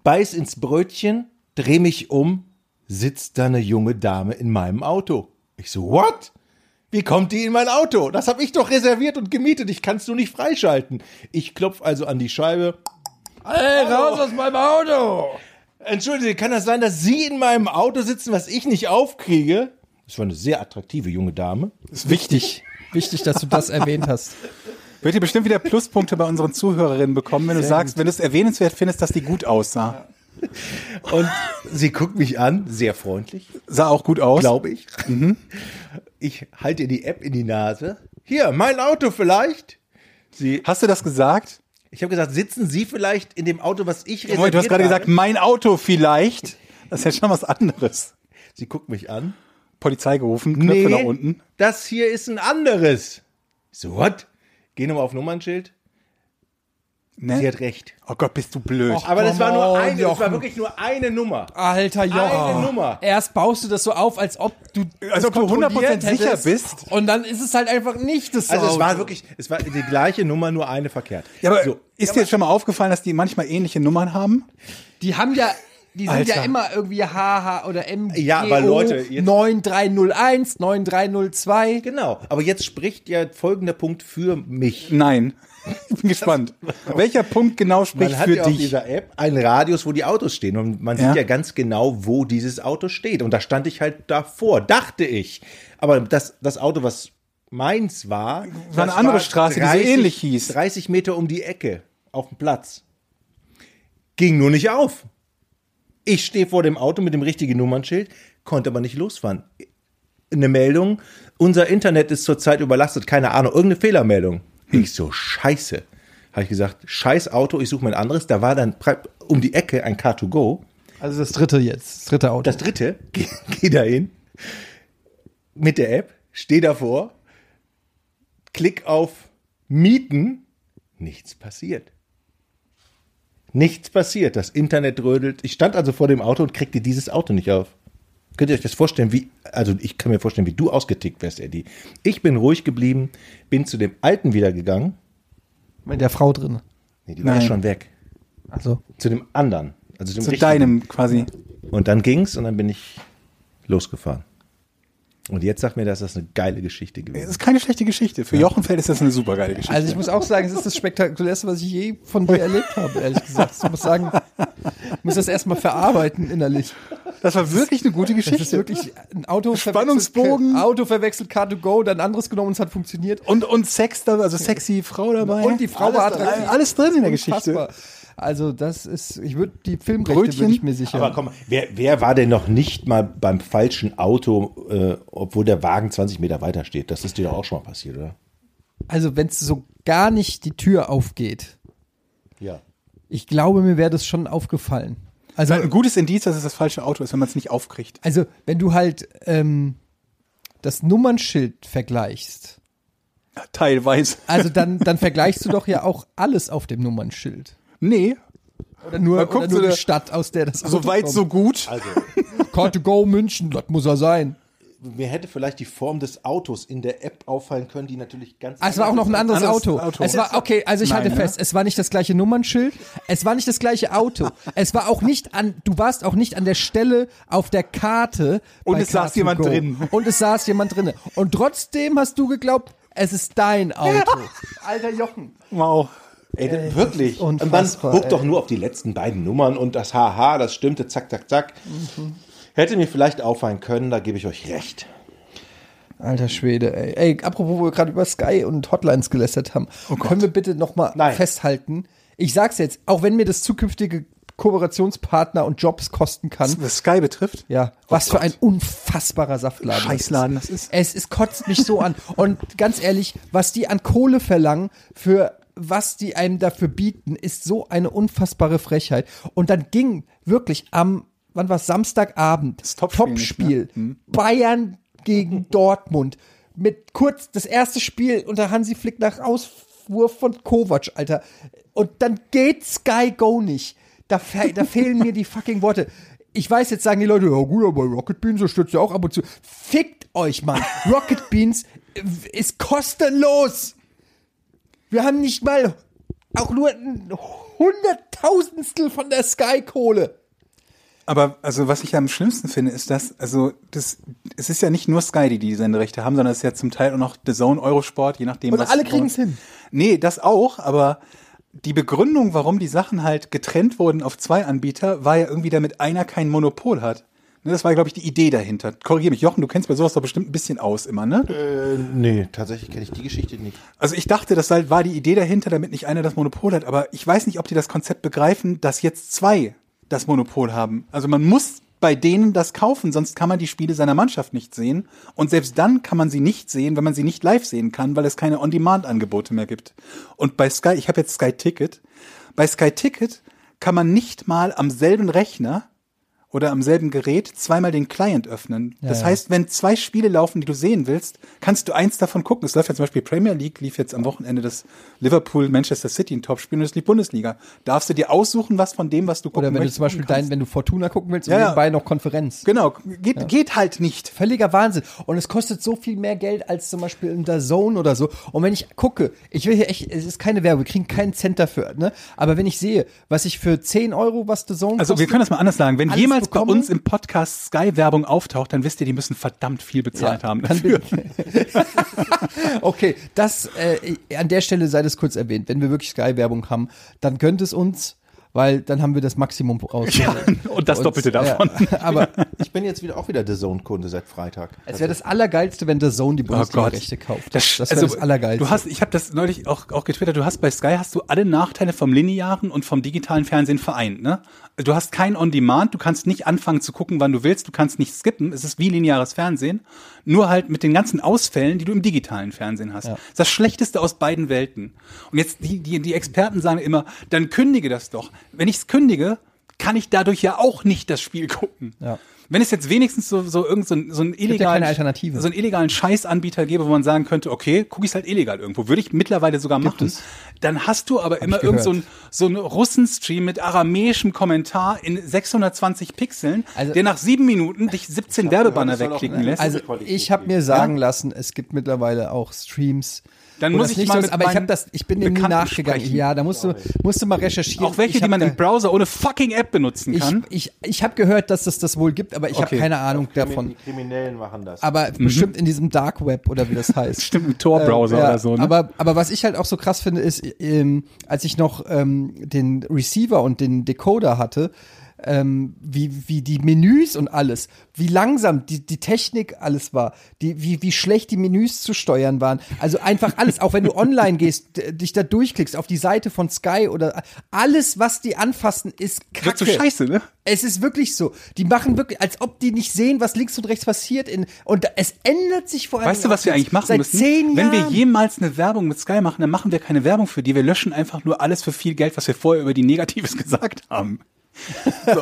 A: Beiß ins Brötchen, dreh mich um, sitzt da eine junge Dame in meinem Auto. Ich so, what? Wie kommt die in mein Auto? Das habe ich doch reserviert und gemietet. Ich kannst du nicht freischalten. Ich klopf also an die Scheibe.
J: Ey, raus aus meinem Auto!
A: Entschuldige, kann das sein, dass Sie in meinem Auto sitzen, was ich nicht aufkriege? Das war eine sehr attraktive junge Dame.
J: Ist wichtig. Wichtig, dass du das erwähnt hast.
D: Wird ihr bestimmt wieder Pluspunkte bei unseren Zuhörerinnen bekommen, wenn du sagst, wenn du es erwähnenswert findest, dass die gut aussah.
A: Und sie guckt mich an, sehr freundlich.
D: Sah auch gut aus.
A: glaube ich.
D: Mhm.
A: Ich halte ihr die App in die Nase. Hier, mein Auto vielleicht. Sie,
D: Hast du das gesagt?
A: ich habe gesagt, sitzen Sie vielleicht in dem Auto, was ich reserviert
D: Moment, du hast gerade
A: habe?
D: gesagt, mein Auto vielleicht. Das ist ja schon was anderes.
A: Sie guckt mich an.
D: Polizei gerufen, Knöpfe nach unten.
A: das hier ist ein anderes. Ich So, what? Geh nochmal auf Nummernschild.
D: Ne?
A: Sie hat recht.
D: Oh Gott, bist du blöd.
A: Aber das war
J: come
A: nur
J: on,
A: eine, das war
J: Jochen.
A: wirklich nur eine Nummer.
J: Alter Jochen. Ah.
A: Eine Nummer.
J: Erst baust du das so auf, als ob du das
D: ob du 100%
J: kontrolliert
D: sicher
J: hättest.
D: bist.
J: Und dann ist es halt einfach nicht das
A: Also es
J: Auto.
A: war wirklich, es war die gleiche Nummer, nur eine verkehrt.
D: ja, aber
A: so,
D: ist dir jetzt schon mal aufgefallen, dass die manchmal ähnliche Nummern haben?
J: Die haben ja, die sind
D: Alter.
J: ja immer irgendwie HH oder M.
A: Ja, aber Leute, jetzt-
J: 9301, 9302.
A: genau. Aber jetzt spricht ja folgender Punkt für mich.
D: Nein. Ich bin gespannt. Welcher Punkt genau spricht
A: Man hat
D: für
A: ja auf
D: dich?
A: dieser App einen Radius, wo die Autos stehen. Und man
D: Ja.
A: sieht ja ganz genau, wo dieses Auto steht. Und da stand ich halt davor, dachte ich. Aber das, das Auto, was meins war, das
D: eine andere Straße, die so ähnlich hieß.
A: 30 Meter um die Ecke auf dem Platz. Ging nur nicht auf. Ich stehe vor dem Auto mit dem richtigen Nummernschild, konnte aber nicht losfahren. Eine Meldung, unser Internet ist zurzeit überlastet, keine Ahnung, irgendeine Fehlermeldung.
D: Hm.
A: Ich so, scheiße. Habe ich gesagt, scheiß Auto, ich suche mein anderes. Da war dann pra- um die Ecke ein Car2Go.
J: Also das dritte jetzt, das dritte Auto.
A: Das dritte, geh, geh da hin, mit der App, steh davor, klick auf Mieten, nichts passiert. Nichts passiert, das Internet rödelt. Ich stand also vor dem Auto und kriegte dieses Auto nicht auf. Könnt ihr euch das vorstellen, wie, also ich kann mir vorstellen, wie du ausgetickt wärst, Eddie. Ich bin ruhig geblieben, bin zu dem alten wieder gegangen.
J: Mit der Frau drin.
A: Nee, die war ja
D: Nein.
A: schon weg.
J: Also.
A: Zu dem anderen. Also dem
D: Zu
A: richtigen.
D: deinem quasi.
A: Und dann ging's und dann bin ich losgefahren. Und jetzt sagt mir, dass das eine geile Geschichte
D: Das
A: gewesen
D: ist keine schlechte Geschichte. Für Jochenfeld ist das eine super geile Geschichte.
J: Also ich muss auch sagen, es ist das spektakulärste, was ich je von dir erlebt habe, ehrlich gesagt. Ich muss sagen, ich muss das erstmal verarbeiten innerlich.
D: Das war wirklich eine gute Geschichte.
F: Das ist wirklich ein Auto
D: Spannungsbogen.
F: verwechselt- Auto verwechselt Car to go, dann anderes genommen und es hat funktioniert.
D: Und, und Sex, dabei, also sexy Frau dabei.
F: Und die Frau
D: alles
F: war
D: drin,
F: attraktiv.
D: alles drin in der
F: Unfassbar.
D: Geschichte.
F: Also das ist, ich würde die Filmrechte
D: Brötchen?
F: würde ich mir sichern.
A: Aber komm, wer, wer war denn noch nicht mal beim falschen Auto, äh, obwohl der Wagen 20 Meter weiter steht? Das ist dir doch auch schon mal passiert, oder?
F: also wenn es so gar nicht die Tür aufgeht,
A: Ja.
F: ich glaube mir wäre das schon aufgefallen. Also
D: Ein gutes Indiz, dass es das falsche Auto ist, wenn man es nicht aufkriegt.
F: Also, wenn du halt ähm, das Nummernschild vergleichst,
D: Teilweise.
F: also dann, dann vergleichst du doch ja auch alles auf dem Nummernschild.
D: Nee,
F: Oder nur,
D: Man guckt
F: oder nur
D: so
F: die
D: der-
F: Stadt, aus der das
D: so Also weit, so gut.
F: Car to go München, das muss er sein.
A: Mir hätte vielleicht die Form des Autos in der App auffallen können, die natürlich ganz.
F: Ah, es war auch noch ein anderes,
D: Anderes
F: Auto.
D: Auto.
F: Es war, okay, also ich
D: Nein,
F: halte
D: ne?
F: fest, es war nicht das gleiche Nummernschild, es war nicht das gleiche Auto, es war auch nicht an, du warst auch nicht an der Stelle auf der Karte.
D: Und
F: bei
D: es saß
F: Car2Go.
D: jemand drin.
F: Und es saß jemand drin. Und trotzdem hast du geglaubt, es ist dein Auto. Alter Jochen.
D: Wow.
A: Ey, das- wirklich. Und man
F: Äh, unfassbar,
A: guckt
F: ey.
A: doch nur auf die letzten beiden Nummern und das Haha, das stimmte, zack, zack, zack.
F: Mhm.
A: Hätte mir vielleicht auffallen können, da gebe ich euch recht.
F: Alter Schwede, ey. Ey, apropos, wo wir gerade über Sky und Hotlines gelästert haben.
D: Oh
F: können wir bitte nochmal
A: Nein.
F: festhalten? Ich sag's jetzt, auch wenn mir das zukünftige Kooperationspartner und Jobs kosten kann.
D: Also, Was Sky betrifft.
F: Ja, was für ein unfassbarer Saftladen. das
D: Oh Scheißladen
F: ist.
D: das ist.
F: Es, es kotzt mich so an. Und ganz ehrlich, was die an Kohle verlangen, für was die einem dafür bieten, ist so eine unfassbare Frechheit. Und dann ging wirklich am, wann war Samstagabend,
D: Das Topspiel nicht, ne?
F: Topspiel, Hm? Bayern gegen Dortmund. Mit kurz das erste Spiel unter Hansi Flick nach Auswurf von Kovac, Alter. Und dann geht Sky Go nicht. Da, fe da fehlen mir die fucking Worte. Ich weiß, jetzt sagen die Leute, ja gut, aber Rocket Beans unterstützt ja auch ab und zu. Fickt euch, Mann. Rocket Beans äh, ist kostenlos. Wir haben nicht mal auch nur ein Hunderttausendstel von der Sky-Kohle.
D: Aber also was ich am schlimmsten finde, ist, dass, also das, es ist ja nicht nur Sky, die die Senderechte haben, sondern es ist ja zum Teil auch noch The Zone, Eurosport, je nachdem.
F: Und
D: was-
F: alle kriegen's hin.
D: Nee, das auch, aber die Begründung, warum die Sachen halt getrennt wurden auf zwei Anbieter, war ja irgendwie, damit einer kein Monopol hat. Ne, Das war, glaube ich, die Idee dahinter. Korrigiere mich, Jochen, du kennst bei sowas doch bestimmt ein bisschen aus immer, ne?
A: Nee, tatsächlich kenne ich die Geschichte nicht.
D: Also ich dachte, das halt war die Idee dahinter, damit nicht einer das Monopol hat. Aber ich weiß nicht, ob die das Konzept begreifen, dass jetzt zwei das Monopol haben. Also man muss bei denen das kaufen, sonst kann man die Spiele seiner Mannschaft nicht sehen. Und selbst dann kann man sie nicht sehen, wenn man sie nicht live sehen kann, weil es keine On-Demand-Angebote mehr gibt. Und bei Sky, ich habe jetzt Sky Ticket, bei Sky Ticket kann man nicht mal am selben Rechner oder am selben Gerät zweimal den Client öffnen. das
F: ja.
D: heißt, wenn zwei Spiele laufen, die du sehen willst, kannst du eins davon gucken. Es läuft ja zum Beispiel Premier League, lief jetzt am Wochenende das Liverpool Manchester City ein Topspiel und es lief Bundesliga. Darfst du dir aussuchen, was von dem, was du gucken
F: Oder wenn du
D: möchtest,
F: zum Beispiel
D: gucken kannst.
F: dein, wenn du Fortuna gucken willst
D: Ja,
F: und
D: ja.
F: nebenbei noch Konferenz.
D: Genau, geht, geht halt nicht.
F: Völliger Wahnsinn. Und es kostet so viel mehr Geld als zum Beispiel in der Zone oder so. Und wenn ich gucke, ich will hier echt, es ist keine Werbung, wir kriegen keinen Cent dafür, ne? Aber wenn ich sehe, was ich für 10 Euro, was der Zone
D: Also wir
F: kostet,
D: können das mal anders sagen. Wenn
F: Alles
D: jemals bei
F: bekommen?
D: uns im Podcast Sky-Werbung auftaucht, dann wisst ihr, die müssen verdammt viel bezahlt haben
F: dann
D: dafür.
F: okay, das, äh, an der Stelle sei das kurz erwähnt. Wenn wir wirklich Sky-Werbung haben, dann gönnt es uns, weil dann haben wir das Maximum raus.
D: Ja, und das Doppelte davon.
F: Ja, aber
A: Ich bin jetzt wieder auch wieder The Zone-Kunde seit Freitag.
D: Also
A: Also,
F: es wäre das Allergeilste, wenn der
D: Oh
F: Zone die Bundesliga-Rechte kauft. Das, wäre das Allergeilste.
D: also Du hast, ich habe das neulich auch, auch getwittert, du hast bei Sky hast du alle Nachteile vom linearen und vom digitalen Fernsehen vereint. Ne? Du hast kein On-Demand, du kannst nicht anfangen zu gucken, wann du willst, du kannst nicht skippen, es ist wie lineares Fernsehen, nur halt mit den ganzen Ausfällen, die du im digitalen Fernsehen hast. Das ist das Schlechteste aus beiden Welten. Und jetzt, die, die, die Experten sagen immer, dann kündige das doch. Wenn ich es kündige, kann ich dadurch ja auch nicht das Spiel gucken.
F: Ja.
D: Wenn es jetzt wenigstens so, so, irgend so, ein- so ein
F: gibt ja
D: illegalen,
F: keine Alternative.
D: so einen illegalen Scheißanbieter gäbe, wo man sagen könnte, okay, gucke ich halt illegal irgendwo, würde ich mittlerweile sogar machen. Dann hast du aber immer
F: ich
D: irgend so einen
F: gehört.
D: so einen Russen-Stream mit aramäischem Kommentar in 620 Pixeln,
F: Also-
D: der nach sieben Minuten dich 17 Werbebanner wegklicken lässt.
F: Also ich habe mir sagen lassen, es gibt mittlerweile auch Streams.
D: Dann
F: wo
D: muss
F: das
D: ich
F: nicht
D: mal
F: so ist,
D: mit
F: aber ich habe
D: meinen
F: das, ich bin dem nie
D: Bekannten
F: nachgegangen.
D: sprechen.
F: Ja, da musst du, musst du mal recherchieren.
D: auch welche,
F: ich
D: die
F: hab
D: man
F: da-
D: im Browser ohne fucking App benutzen
F: ich, äh,
D: kann.
F: ich, ich habe gehört, dass es das wohl gibt, aber ich hab habe
D: Okay. Mhm.
F: keine Ahnung davon.
A: Die Kriminellen machen das.
F: Aber bestimmt in diesem Dark Web oder wie das heißt.
D: Stimmt, ein Tor-Browser oder so, ne?
F: äh, Ähm, Aber, aber was ich halt auch so krass finde, ist, ähm, als ich noch ähm, den Receiver und den Decoder hatte, ähm, wie, wie die Menüs und alles, wie langsam die, die Technik alles war, die, wie, wie schlecht die Menüs zu steuern waren. Also einfach alles, auch wenn du online gehst, d- dich da durchklickst, auf die Seite von Sky oder alles, was die anfassen, ist
D: Wird
F: kacke.
D: so scheiße, ne?
F: Es ist wirklich so. Die machen wirklich, als ob die nicht sehen, was links und rechts passiert. In, und da- es ändert sich vor allem.
D: Weißt du, was wir eigentlich machen
F: seit
D: müssen?
F: Zehn
D: Wenn
F: Jahren.
D: wir jemals eine Werbung mit Sky machen, dann machen wir keine Werbung für die. Wir löschen einfach nur alles für viel Geld, was wir vorher über die Negatives gesagt haben.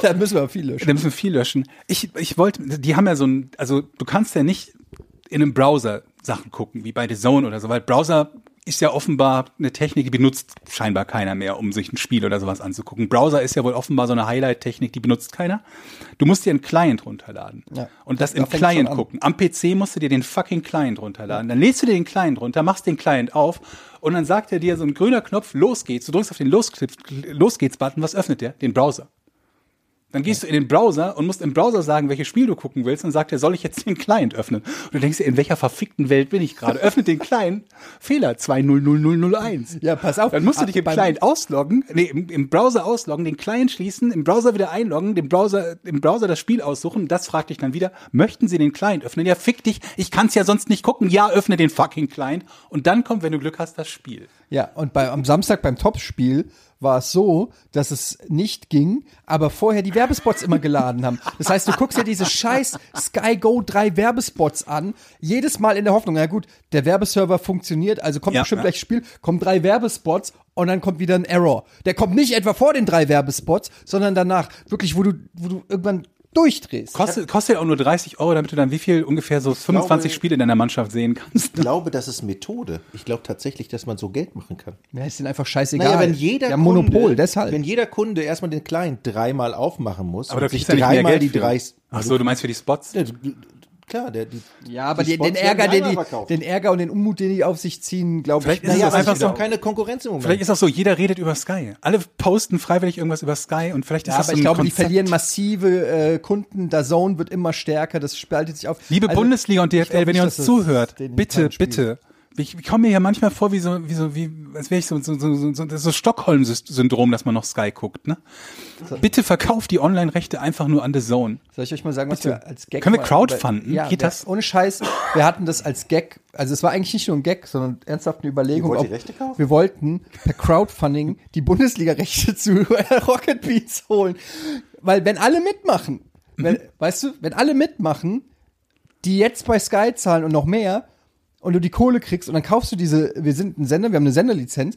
F: da müssen wir viel löschen.
D: Da müssen wir viel löschen. Ich, ich wollte, die haben ja so ein, also du kannst ja nicht in einem Browser Sachen gucken, wie bei The Zone oder so, weil Browser ist ja offenbar eine Technik, die benutzt scheinbar keiner mehr, um sich ein Spiel oder sowas anzugucken. Browser ist ja wohl offenbar so eine Highlight-Technik, die benutzt keiner. Du musst dir einen Client runterladen.
F: Ja.
D: Und das
F: Da
D: im
F: fängt's schon
D: Client
F: an.
D: gucken. Am PC musst du dir den fucking Client runterladen. Dann lädst du dir den Client runter, machst den Client auf und dann sagt er dir so ein grüner Knopf, los geht's. Du drückst auf den Los, los geht's-Button. Was öffnet der? Den Browser. Dann gehst du in den Browser und musst im Browser sagen, welches Spiel du gucken willst. Und dann sagt er, soll ich jetzt den Client öffnen? Und du denkst dir, in welcher verfickten Welt bin ich gerade? Öffnet den Client. Fehler 200001.
F: Ja, pass auf.
D: Dann musst du dich im
F: Beim-
D: Client ausloggen, nee, im, im Browser ausloggen, den Client schließen, im Browser wieder einloggen, den Browser, im Browser das Spiel aussuchen. Das fragt dich dann wieder, möchten sie den Client öffnen? Ja, fick dich, ich kann's ja sonst nicht gucken. Ja, öffne den fucking Client. Und dann kommt, wenn du Glück hast, das Spiel.
F: Ja, und bei, am Samstag beim Topspiel war es so, dass es nicht ging, aber vorher die Werbespots immer geladen haben. Das heißt, du guckst dir diese scheiß Sky Go 3 Werbespots an, jedes Mal in der Hoffnung, na gut, der Werbeserver funktioniert, also kommt
D: Ja,
F: bestimmt
D: ja.
F: gleich Spiel, kommen drei Werbespots und dann kommt wieder ein Error. Der kommt nicht etwa vor den drei Werbespots, sondern danach, wirklich, wo du, wo du irgendwann durchdrehst.
D: Kostet, kostet ja auch nur 30 Euro, damit du dann wie viel ungefähr so 25
A: glaube-
D: Spiele in deiner Mannschaft sehen kannst.
A: Ich glaube, das ist Methode. Ich glaube tatsächlich, dass man so Geld machen kann.
F: Ja, ist denen einfach scheißegal.
A: Naja, wenn jeder,
F: ja, Monopol,
A: Kunde,
F: deshalb.
A: wenn jeder Kunde erstmal den Client dreimal aufmachen muss
D: Aber da
A: und sich
D: kriegst du ja nicht mehr
A: dreimal
D: Geld
A: die
D: für.
A: drei.
D: Ach so, du meinst für die Spots?
A: Ja, Klar, der, die,
F: Ja, aber die,
A: Spots
F: den,
A: werden
F: Ärger, den,
A: dreimal
F: die,
A: verkauft.
F: den Ärger und den Unmut, den die auf sich ziehen, glaube ich. ne,
D: Vielleicht ist es
A: naja,
D: das
A: aber es ist
D: einfach
A: doch
D: so.
A: keine Konkurrenz im Moment.
D: Vielleicht ist auch so, jeder redet über Sky. Alle posten freiwillig irgendwas über Sky und vielleicht ist
F: Ja,
D: das
F: aber ich
D: so ein
F: glaube, die
D: Konzept.
F: verlieren massive äh, Kunden. Der Zone wird immer stärker, das spaltet sich auf.
D: Liebe
F: Also,
D: Bundesliga und DFL,
F: ich glaub
D: wenn
F: nicht,
D: ihr
F: dass
D: uns
F: es
D: zuhört,
F: den
D: bitte,
F: Hintern spielt.
D: bitte. Ich, ich komme mir ja manchmal vor, wie so, wie so, wie, als wäre ich so, so, so, so, so, das ist so Stockholm-Syndrom, dass man noch Sky guckt, ne? Bitte verkauft die Online-Rechte einfach nur an The Zone.
F: Soll ich euch mal sagen, was
D: Bitte.
F: wir als Gag
D: Können wir
F: mal-
D: crowdfunden?
F: Ja,
D: Geht
F: wir,
D: das?
F: Ohne Scheiß, wir hatten das als Gag. Also es war eigentlich nicht nur ein Gag, sondern ernsthaft eine Überlegung.
A: Ihr wollt die
F: ob-
A: Rechte kaufen?
F: Wir wollten per Crowdfunding die Bundesliga-Rechte zu Rocket Beats holen. Weil wenn alle mitmachen,
D: Mhm.
F: wenn, weißt du, wenn alle mitmachen, die jetzt bei Sky zahlen und noch mehr und du die Kohle kriegst und dann kaufst du diese, wir sind ein Sender, wir haben eine Senderlizenz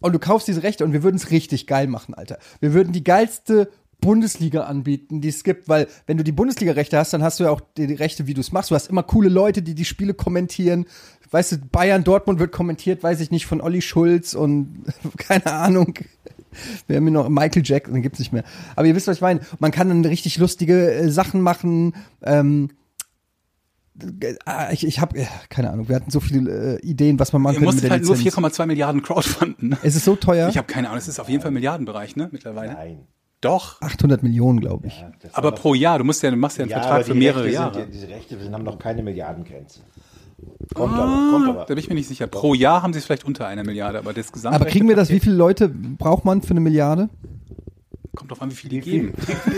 F: und du kaufst diese Rechte und wir würden es richtig geil machen, Alter. Wir würden die geilste Bundesliga anbieten, die es gibt, weil wenn du die Bundesliga-Rechte hast, dann hast du ja auch die die Rechte, wie du es machst. Du hast immer coole Leute, die die Spiele kommentieren. Weißt du, Bayern Dortmund wird kommentiert, weiß ich nicht, von Olli Schulz und keine Ahnung. Wir haben hier noch Michael Jack, dann gibt's nicht mehr. Aber ihr wisst, was ich meine. Man kann dann richtig lustige äh, Sachen machen. Ähm, Ah, ich, ich habe keine Ahnung. Wir hatten so viele äh, Ideen, was man machen
D: Ihr
F: könnte mit
D: musstet
F: der
D: halt nur
F: Lizenz.
D: 4,2 Milliarden crowdfunden. ne?
F: es ist so teuer.
D: Ich habe keine Ahnung, es ist auf jeden Fall im Milliardenbereich, ne, mittlerweile.
A: Nein.
D: Doch,
F: 800 Millionen, glaube ich.
D: aber pro Jahr. Du musst ja, du machst ja einen
A: Ja, aber
D: Vertrag
A: die
D: für mehrere
A: Rechte
D: Jahre.
A: Sind, ja- diese Rechte sind, haben noch keine Milliardengrenze.
F: Ah,
A: Kommt aber, kommt aber.
D: Da bin ich mir nicht sicher. Pro Jahr haben sie es vielleicht unter einer Milliarde, aber das Gesamte
F: Aber kriegen wir das? Wie viele Leute braucht man für eine Milliarde?
D: kommt drauf an, wie viel die geben.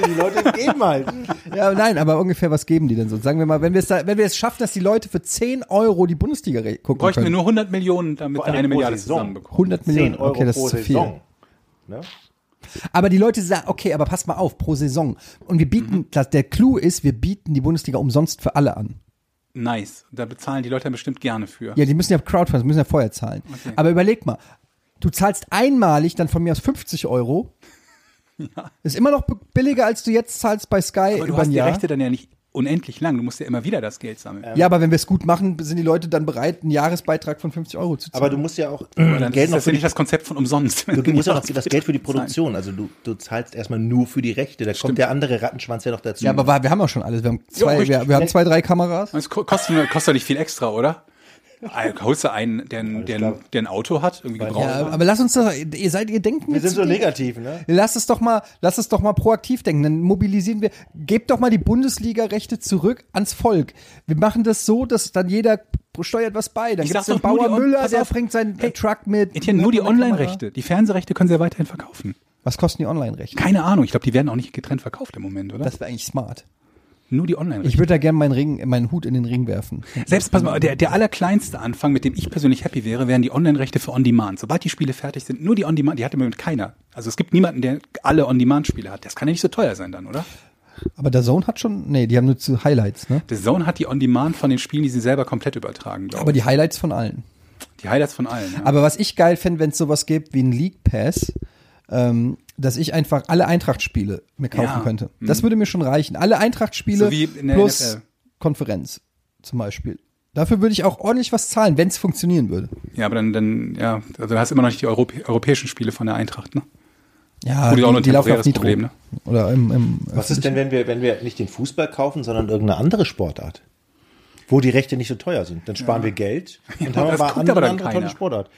A: Die Leute geben halt.
F: Ja, nein, aber ungefähr was geben die denn so? Sagen wir mal, wenn wir es, da, wenn wir es schaffen, dass die Leute für 10 Euro die Bundesliga re- gucken
D: Bräuchten wir
F: können.
D: nur 100 Millionen, damit
A: Vor
D: wir
A: allem
D: eine
A: pro
D: Milliarde
A: Saison.
D: zusammenbekommen.
F: 100 Millionen.
A: Euro
F: okay, das
A: pro
F: ist zu viel.
A: Saison. Ne?
F: Aber die Leute sagen, okay, aber pass mal auf, pro Saison. Und wir bieten,
D: Mhm.
F: das, der Clou ist, wir bieten die Bundesliga umsonst für alle an.
D: Nice. Da bezahlen die Leute bestimmt gerne für.
F: Ja, die müssen ja Crowdfunding, müssen ja vorher zahlen. Aber überleg mal, du zahlst einmalig dann von mir aus 50 Euro. Ist immer noch b- billiger, als du jetzt zahlst bei Sky
D: aber du
F: über
D: hast
F: ein
D: die
F: Jahr.
D: Rechte dann ja nicht unendlich lang. Du musst ja immer wieder das Geld sammeln.
A: Ähm,
F: ja, aber wenn wir es gut machen, sind die Leute dann bereit, einen Jahresbeitrag von 50 Euro zu zahlen.
A: Aber du musst ja auch
D: Dann
A: Geld
D: ist
A: noch
D: das
A: für
D: ja
A: die,
D: nicht das Konzept von umsonst.
A: du musst ja noch das Geld für die Produktion. Also du, du zahlst erstmal nur für die Rechte. Da kommt der andere Rattenschwanz ja noch dazu.
F: ja, aber wa- wir haben ja schon alles. Wir haben zwei,
D: richtig.
F: wir, wir haben zwei drei Kameras.
D: Das ko- kostet, nur- kostet doch nicht viel extra, oder? Ah, Holst du einen, der, ein- der, ein- der ein Auto hat, irgendwie gebraucht?
F: Ja, aber lass uns doch, ihr seid, ihr denken
A: wir
F: jetzt
A: sind so
F: die-
A: negativ, ne?
F: Lass es doch mal, lass es doch mal proaktiv denken. Dann mobilisieren wir, gebt doch mal die Bundesliga-Rechte zurück ans Volk. Wir machen das so, dass dann jeder steuert was bei. Dann
D: Ich
F: gibt's
D: sag
F: den
D: doch nur
F: Bauer
D: die On-
F: Müller,
D: pass
F: der
D: auf.
F: bringt seinen
D: Hey,
F: Truck mit.
D: Etienne, nur die
F: Mit einer Kamera.
D: Online-Rechte. Die Fernsehrechte können sie ja weiterhin verkaufen.
F: Was kosten die Online-Rechte?
D: Keine Ahnung, ich glaube, die werden auch nicht getrennt verkauft im Moment, oder?
F: Das wäre eigentlich smart.
D: Nur die online
F: Ich würde da gerne meinen Ring, meinen Hut in den Ring werfen.
D: Selbst, pass mal, der, der allerkleinste Anfang, mit dem ich persönlich happy wäre, wären die Online-Rechte für On-Demand. Sobald die Spiele fertig sind, nur die On-Demand, die hat im Moment keiner. Also es gibt niemanden, der alle On-Demand-Spiele hat. Das kann ja nicht so teuer sein dann, oder?
F: Aber der Zone hat schon, nee, die haben nur zu Highlights, ne?
D: The Zone hat die On-Demand von den Spielen, die sie selber komplett übertragen, glaube
F: Aber die Highlights von allen.
D: ich. Die Highlights von allen. Ja.
F: Aber was ich geil fände, wenn es sowas gibt wie ein League Pass, ähm, dass ich einfach alle Eintracht-Spiele mir kaufen
D: Ja. Mhm.
F: könnte. Das würde mir schon reichen. Alle Eintracht-Spiele
D: So wie in der
F: plus
D: NFL.
F: Konferenz zum Beispiel. Dafür würde ich auch ordentlich was zahlen, wenn es funktionieren würde.
D: ja, aber dann, dann, ja, also du hast immer noch nicht die Europä europäischen Spiele von der Eintracht, ne?
F: Ja,
D: Gut, ist auch nur
F: die,
D: ein
F: die laufen auf
D: temporäres
F: Nitro.
D: Problem, ne?
F: Oder im, im äh,
A: Was ist denn, wenn wir, wenn wir nicht den Fußball kaufen, sondern irgendeine andere Sportart? Wo die Rechte nicht so teuer sind. Dann sparen wir Geld und haben
D: das
A: aber
D: guckt
A: andere,
D: aber dann
A: andere
D: keiner.
A: tolle Sportart.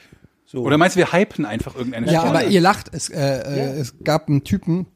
A: So.
D: Oder meinst du, wir hypen einfach irgendeine
F: Ja, aber
D: Sportart?
F: ihr lacht. Es, äh, äh, es gab einen Typen,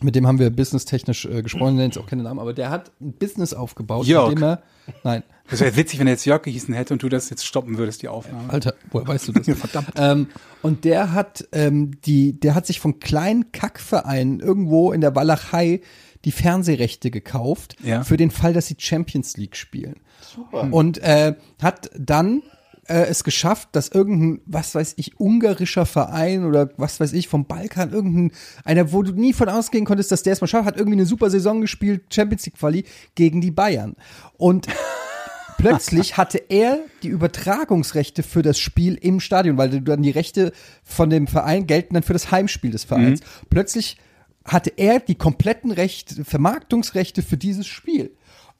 F: mit dem haben wir businesstechnisch äh, gesprochen, nennt auch keinen Namen, aber der hat ein Business aufgebaut,
D: Jörg.
F: mit dem er. Nein,
D: Das wäre witzig, wenn er jetzt Jörg gehießen hätte und du das jetzt stoppen würdest, die Aufnahme.
F: Alter, woher weißt du das? Verdammt. Ähm, und der hat ähm, die, der hat sich von kleinen Kackvereinen irgendwo in der Walachei die Fernsehrechte gekauft
D: Ja.
F: für den Fall, dass sie Champions League spielen. Super. Und äh, hat dann äh, es geschafft, dass irgendein, was weiß ich, ungarischer Verein oder was weiß ich, vom Balkan, irgendein, einer, wo du nie von ausgehen konntest, dass der es mal schafft, hat irgendwie eine super Saison gespielt, Champions League Quali gegen die Bayern. Und plötzlich hatte er die Übertragungsrechte für das Spiel im Stadion, weil dann die Rechte von dem Verein gelten dann für das Heimspiel des Vereins.
D: Mhm.
F: Plötzlich hatte er die kompletten Rechte, Vermarktungsrechte für dieses Spiel.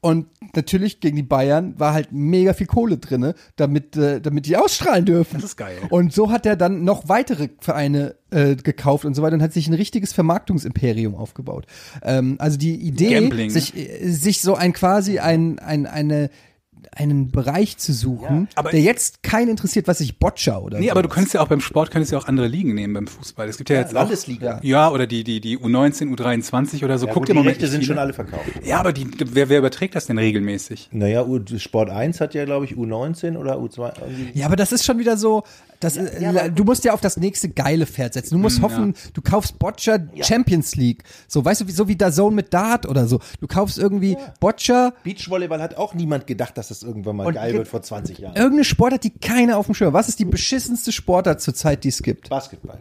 F: Und natürlich gegen die Bayern war halt mega viel Kohle drinne, damit, äh, damit die ausstrahlen dürfen.
D: Das ist geil.
F: Und so hat er dann noch weitere Vereine äh, gekauft und so weiter und hat sich ein richtiges Vermarktungsimperium aufgebaut. Ähm, also die Idee,
D: Gambling, ne?
F: sich, äh, sich so ein quasi ein, ein, eine, einen Bereich zu suchen,
D: aber-
F: der jetzt keinen interessiert, was ich Boccia oder
D: Nee, aber du
F: sowas.
D: könntest ja auch beim Sport könntest ja auch andere Ligen nehmen beim Fußball. Es gibt ja jetzt auch
A: Landesliga.
D: Ja, oder die die die U19, U23 oder so.
A: Ja,
D: Guckt
A: gut, die
D: im Moment
A: Rechte
D: nicht
A: sind
D: viele.
A: schon alle verkauft.
D: Ja, aber die wer, wer überträgt das denn regelmäßig?
A: Naja, U- Sport 1 hat ja, glaube ich, U19 oder U2. irgendwie-
F: Ja, aber das ist schon wieder so, das, äh, du musst ja auf das nächste geile Pferd setzen. Du
D: Mhm,
F: musst hoffen, du kaufst Boccia Champions League. So, weißt du, wie, so wie Dazone mit Dart oder so. Du kaufst irgendwie Boccia,
A: Beachvolleyball hat auch niemand gedacht, dass das irgendwann mal geil wird vor 20
D: Äh.
A: Jahren.
F: irgendeine Sportart, die keiner auf dem Schirm hat. Was ist die beschissenste Sportart zurzeit, die es gibt?
A: Basketball.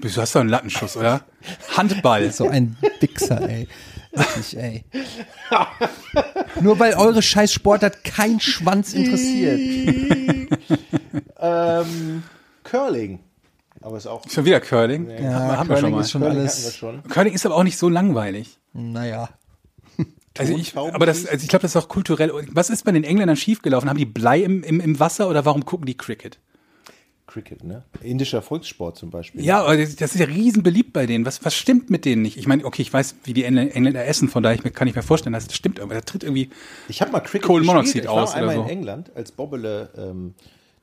D: Du hast doch einen Lattenschuss, oder? Handball.
F: So ein Wichser, ey. Wirklich, ey. Nur weil eure scheiß Sportart kein Schwanz interessiert.
A: Ähm, Curling. Aber ist auch.
D: Schon wieder Curling.
F: Ja,
D: haben wir schon
F: Äh, Curling
D: mal.
F: ist schon
A: Curling hatten wir
F: alles,
A: schon.
D: Curling ist aber auch nicht so langweilig.
F: naja.
D: Also ich, aber das, also ich glaube, das ist auch kulturell. Was ist bei den Engländern schiefgelaufen? Haben die Blei im, im, im Wasser oder warum gucken die Cricket?
A: Cricket, ne? Indischer Volkssport zum Beispiel.
D: Ja, aber das das ist ja riesen beliebt bei denen. Was, was stimmt mit denen nicht? Ich meine, okay, ich weiß, wie die Engl- Engländer essen, von daher ich, mir- kann ich mir vorstellen, dass das stimmt. Aber da tritt irgendwie.
A: Ich habe mal Cricket
D: Kohlenmonoxid
A: gespielt. Ich war
D: aus oder
A: einmal
D: so.
A: in England, als Bobbele. Ähm,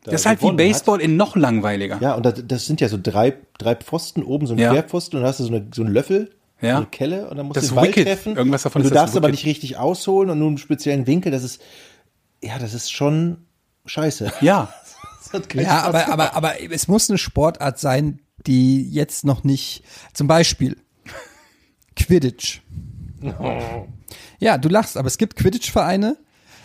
A: da
D: Das ist halt wie
A: gewonnen
D: Baseball in noch langweiliger.
A: Hat. Ja, und das, das sind ja so drei, drei Pfosten, oben so ein
D: Ja.
A: Querpfosten und dann hast du so, eine, so einen Löffel,
D: Ja.
A: so eine Kelle und dann musst
D: Das
A: du den Ball
D: Wicket.
A: treffen.
D: Irgendwas davon
A: und
D: ist
A: du
D: das
A: darfst aber
D: Wicket.
A: nicht richtig ausholen und nur einen speziellen Winkel. Das ist, ja, das ist schon scheiße.
D: Ja.
A: Das hat keinen
F: Ja,
A: Spaß
F: aber, aber, aber es muss eine Sportart sein, die jetzt noch nicht. Zum Beispiel Quidditch.
D: Oh.
F: Ja, du lachst, aber es gibt Quidditch-Vereine.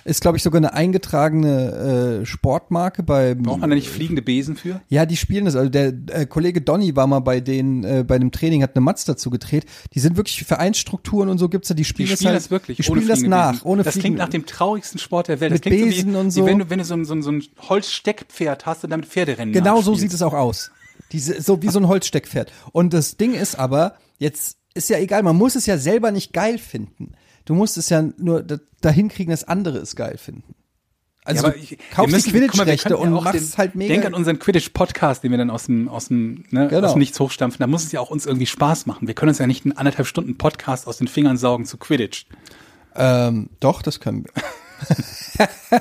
F: Ist, glaube ich, sogar eine eingetragene äh, Sportmarke bei.
D: Braucht man da nicht fliegende Besen für?
F: Ja, die spielen das. Also der äh, Kollege Donny war mal bei denen, äh, bei einem Training, hat eine Matz dazu gedreht. Die sind wirklich Vereinsstrukturen und so gibt's da. Die
D: Die
F: spielen,
D: spielen
F: halt,
D: das wirklich.
F: Die spielen das
D: fliegende
F: nach,
D: Besen.
F: ohne
D: Das klingt
F: fliegende-
D: nach dem traurigsten Sport der Welt.
F: Mit
D: das klingt
F: Besen
D: wie,
F: und
D: wie
F: so.
D: wenn du, wenn du so, ein, so, ein, so ein Holzsteckpferd hast und damit Pferderennen
F: Genau so
D: nachspielst.
F: sieht es auch aus. Diese, so wie so ein Holzsteckpferd. Und das Ding ist aber, jetzt ist ja egal, man muss es ja selber nicht geil finden. Du musst es ja nur da- dahin kriegen, dass andere es geil finden. Also
D: Ja, aber
F: du
D: ich- wir
F: kaufst die
D: müssen- guck mal, wir
F: Quidditch-Rechte
D: könnten
F: und
D: ja auch
F: machst
D: den-
F: es halt mega.
D: Denk an unseren Quidditch-Podcast, den wir dann aus dem, aus dem, ne,
F: Genau.
D: aus dem Nichts hochstampfen. Da muss es ja auch uns irgendwie Spaß machen. Wir können uns ja nicht einen anderthalb Stunden Podcast aus den Fingern saugen zu Quidditch.
F: ähm, doch, das können wir.
D: Wenn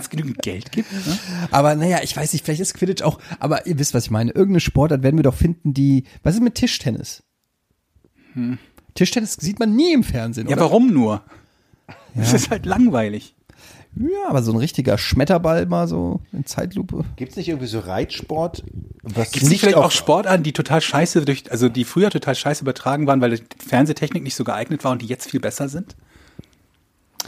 D: es genügend Geld gibt. Ne?
F: Aber naja, ich weiß nicht, vielleicht ist Quidditch auch, aber ihr wisst, was ich meine. Irgendeine Sportart werden wir doch finden, die. Was ist mit Tischtennis? Tischtennis sieht man nie im Fernsehen,
D: Hm. Ja,
F: oder?
D: warum nur? Es ist halt langweilig.
F: Ja, aber so ein richtiger Schmetterball mal so in Zeitlupe.
A: Gibt es nicht irgendwie so Reitsport? Was
D: Gibt es nicht vielleicht auch Sportarten, die total scheiße durch, also die früher total scheiße übertragen waren, weil die Fernsehtechnik nicht so geeignet war und die jetzt viel besser sind?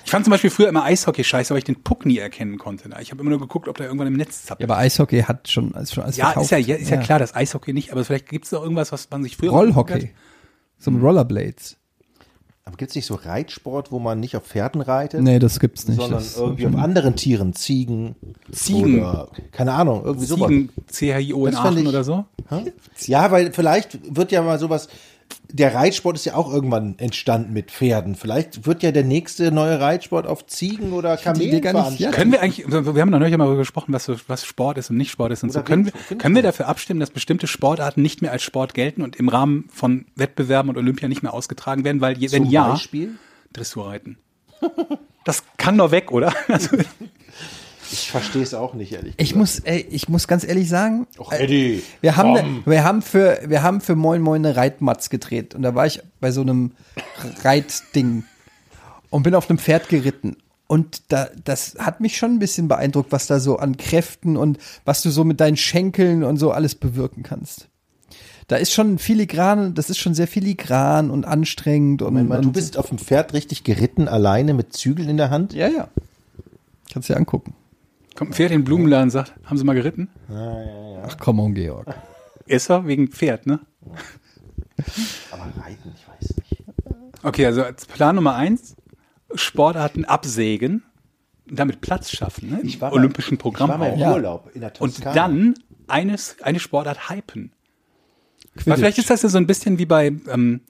D: Ich fand zum Beispiel früher immer Eishockey scheiße, weil ich den Puck nie erkennen konnte. Ich habe immer nur geguckt, ob der irgendwann im Netz
F: Ja,
D: zappelt.
F: aber Eishockey hat schon, ist schon alles
D: Ja, ist
F: verkauft.
D: ja, ja, ist ja, klar, das Eishockey nicht, aber vielleicht gibt es noch irgendwas, was man sich früher.
F: Rollhockey. So mit Rollerblades.
A: Aber gibt es nicht so Reitsport, wo man nicht auf Pferden reitet?
F: Nee, das gibt's nicht.
A: Sondern
F: Das-
A: irgendwie auf anderen Tieren, Ziegen.
D: Ziegen.
A: Oder, keine Ahnung, irgendwie sowas.
D: Ziegen, CHIO in
A: Das fand
D: Aachen
A: ich-
D: oder so.
A: Hä? Ja, weil vielleicht wird ja mal sowas. Der Reitsport ist ja auch irgendwann entstanden mit Pferden. Vielleicht wird ja der nächste neue Reitsport auf Ziegen oder Kamelen
F: gar nicht- ja.
A: veranstaltet.
D: Können wir eigentlich, wir haben da neulich mal darüber gesprochen, was, so- was Sport ist und nicht Sport ist und so.
A: Oder
D: Können wir,
A: Windsurfen.
D: können wir dafür abstimmen, dass bestimmte Sportarten nicht mehr als Sport gelten und im Rahmen von Wettbewerben und Olympia nicht mehr ausgetragen werden? Weil, je- wenn
A: Zum
D: ja,
A: Beispiel?
D: Dressurreiten. Das kann doch weg, oder? Also,
A: Ich verstehe es auch nicht, ehrlich
F: Ich muss, ey, ich muss ganz ehrlich sagen, äh,
A: Och, Eddie,
F: wir haben,
A: komm.
F: wir haben für, wir haben für Moin Moin eine Reitmatz gedreht und da war ich bei so einem Reitding und bin auf einem Pferd geritten. Und da, das hat mich schon ein bisschen beeindruckt, was da so an Kräften und was du so mit deinen Schenkeln und so alles bewirken kannst. Da ist schon filigran, das ist schon sehr filigran und anstrengend und,
A: Moment mal,
F: und
A: du bist auf dem Pferd richtig geritten, alleine mit Zügeln in der Hand?
F: ja, ja. Kannst dir angucken.
D: kommt ein Pferd in den Blumenladen und sagt, haben Sie mal geritten?
F: Ach, komm on, Georg.
D: Ist er wegen Pferd, ne?
A: Aber reiten, ich weiß nicht.
D: Okay, also als Plan Nummer eins, Sportarten absägen, damit Platz schaffen, ne? Im
A: war mal-
D: olympischen Programm
A: Ich war mal im
D: auch.
A: Urlaub in der
D: Und
A: Toskana.
D: dann eines, eine Sportart hypen. Weil vielleicht ist das ja so ein bisschen wie bei, ähm,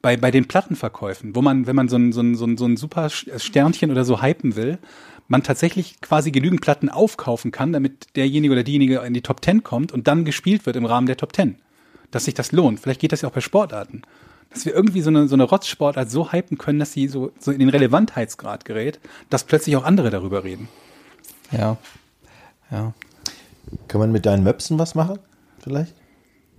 D: bei, bei den Plattenverkäufen, wo man, wenn man so ein, so ein, so ein, so ein super äh, Sternchen oder so hypen will, man tatsächlich quasi genügend Platten aufkaufen kann, damit derjenige oder diejenige in die Top Ten kommt und dann gespielt wird im Rahmen der Top Ten. Dass sich das lohnt. Vielleicht geht das ja auch bei Sportarten. Dass wir irgendwie so eine, so eine Rotzsportart so hypen können, dass sie so, so in den Relevantheitsgrad gerät, dass plötzlich auch andere darüber reden.
F: Ja. Ja.
A: Kann man mit deinen Möpsen was machen? Vielleicht?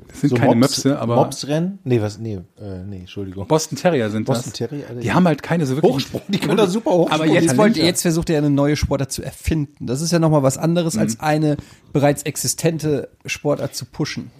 D: Das sind keine
A: Mops-
D: Möpse, aber
A: Mopsrennen? Nee, was? Nee, äh, nee, Entschuldigung.
D: Boston Terrier sind
A: Boston
D: das.
A: Terrier, Alter.
D: die haben halt keine so wirklich.
A: Die können da super hoch.
D: Aber jetzt
F: Jetzt, wollt, ihr- jetzt versucht ihr eine neue Sportart zu erfinden. Das ist ja nochmal was anderes, als eine bereits existente Sportart zu pushen.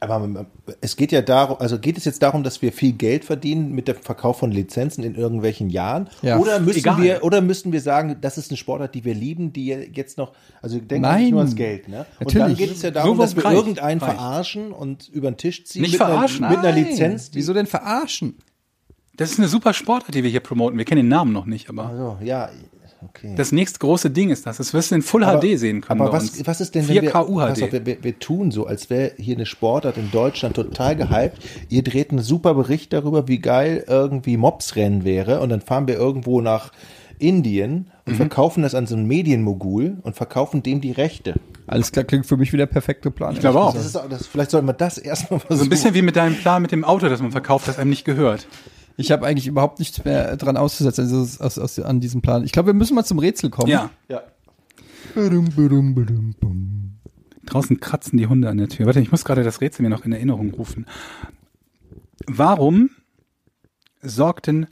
A: Aber ähm, es geht ja darum, also geht es jetzt darum, dass wir viel Geld verdienen mit dem Verkauf von Lizenzen in irgendwelchen Jahren?
F: Ja.
A: oder müssen
D: Egal.
A: wir, oder müssen wir sagen, das ist eine Sportart, die wir lieben, die jetzt noch, also denken wir nicht
F: Nein.
A: nur ans Geld, ne? Und
F: Natürlich.
A: dann geht es ja darum,
D: Nur was
A: dass wir
D: reicht.
A: irgendeinen
D: Reicht.
A: verarschen und über den Tisch ziehen.
D: Nicht
A: mit
D: verarschen.
A: Einer, mit einer
F: Nein.
A: Lizenz. Die,
F: Wieso denn verarschen?
D: Das ist eine super Sportart, die wir hier promoten. Wir kennen den Namen noch nicht, aber
A: also, ja, okay.
D: das nächste große Ding ist das. Das wirst du in Full
A: Aber-
D: HD sehen können.
A: Aber
D: bei
A: was,
D: uns.
A: was ist denn, wenn
D: 4K
A: wir, pass auf,
D: UHD?
A: wir, wir, wir tun so, als wäre hier eine Sportart in Deutschland total gehypt. Ihr dreht einen super Bericht darüber, wie geil irgendwie Mobsrennen wäre und dann fahren wir irgendwo nach Indien und
D: Mhm.
A: verkaufen das an so einen Medienmogul und verkaufen dem die Rechte.
F: Alles klar, klingt für mich wie der perfekte Plan. Ich
D: glaube auch.
A: Das ist, auch- das, vielleicht sollten wir das erstmal versuchen.
D: Oh. So ein bisschen wie mit deinem Plan mit dem Auto, das man verkauft, das einem nicht gehört.
F: Ich habe eigentlich überhaupt nichts mehr dran auszusetzen also es ist aus, aus, an diesem Plan. Ich glaube, wir müssen mal zum Rätsel kommen.
D: Ja.
A: Ja.
F: Badum, badum, badum, bum.
D: Draußen kratzen die Hunde an der Tür. Warte, ich muss gerade das Rätsel mir noch in Erinnerung rufen. Warum sorgten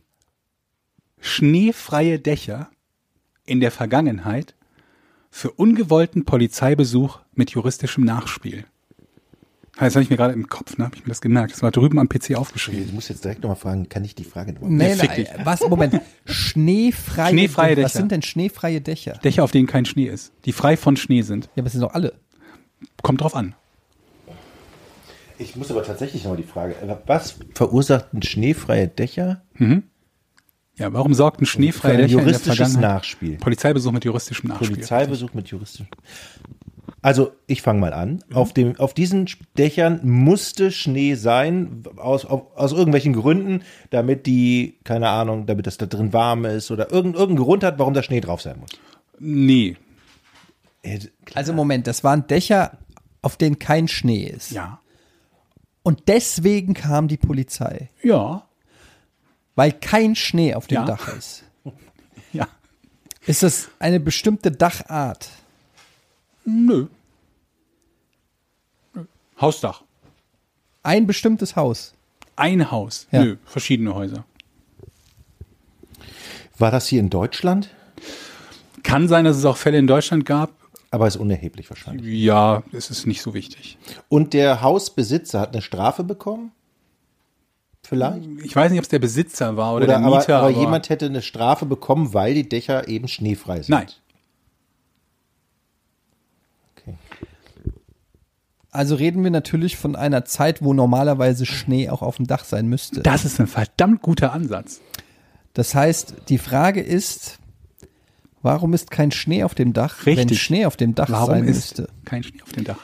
D: schneefreie Dächer in der Vergangenheit für ungewollten Polizeibesuch mit juristischem Nachspiel? Ah, Das habe ich mir gerade im Kopf, ne? Habe ich mir das gemerkt. Das war drüben am PC aufgeschrieben.
A: Ich muss jetzt direkt nochmal fragen, kann ich die Frage nochmal?
F: Nein,
D: fick
F: nein, was? Moment. Schneefreie,
D: Schneefreie
F: Was
D: Dächer.
F: sind denn schneefreie Dächer?
D: Dächer, auf denen kein Schnee ist, die frei von Schnee sind.
F: Ja, aber es sind doch alle.
D: Kommt drauf an.
A: Ich muss aber tatsächlich nochmal die Frage, was verursachten schneefreie Dächer?
D: Ja, warum sorgten
A: Für
D: schneefreie
A: ein
D: Dächer in der
A: juristisches
D: Vergangenheit?
A: Nachspiel.
D: Polizeibesuch mit juristischem Nachspiel.
A: Polizeibesuch mit juristischen. Also, ich fange mal an.
D: Mhm.
A: Auf, dem, auf diesen Dächern musste Schnee sein, aus, auf, aus irgendwelchen Gründen, damit die, keine Ahnung, damit das da drin warm ist oder irgendein, irgendein Grund hat, warum da Schnee drauf sein muss.
D: Nee.
A: Äh,
F: Also Moment, das waren Dächer, auf denen kein Schnee ist.
D: Ja.
F: Und deswegen kam die Polizei.
D: Ja.
F: Weil kein Schnee auf dem
D: Ja.
F: Dach ist.
D: Ja.
F: Ist das eine bestimmte Dachart?
D: Nö. Nö. Hausdach.
F: Ein bestimmtes Haus.
D: Ein Haus.
F: Ja.
D: Nö. Verschiedene Häuser.
A: War das hier in Deutschland?
D: Kann sein, dass es auch Fälle in Deutschland gab.
A: Aber ist unerheblich wahrscheinlich.
D: Ja, es ist nicht so wichtig.
A: Und der Hausbesitzer hat eine Strafe bekommen? Vielleicht?
D: Ich weiß nicht, ob es der Besitzer war Hm. oder, der
A: aber,
D: Mieter.
A: aber jemand hätte eine Strafe bekommen, weil die Dächer eben schneefrei sind.
D: Nein.
F: Also reden wir natürlich von einer Zeit, wo normalerweise Schnee auch auf dem Dach sein müsste.
D: Das ist ein verdammt guter Ansatz.
F: Das heißt, die Frage ist, warum ist kein Schnee auf dem Dach, wenn
D: Richtig.
F: Schnee auf dem Dach
D: Warum
F: sein
D: ist
F: müsste?
D: kein Schnee auf dem Dach?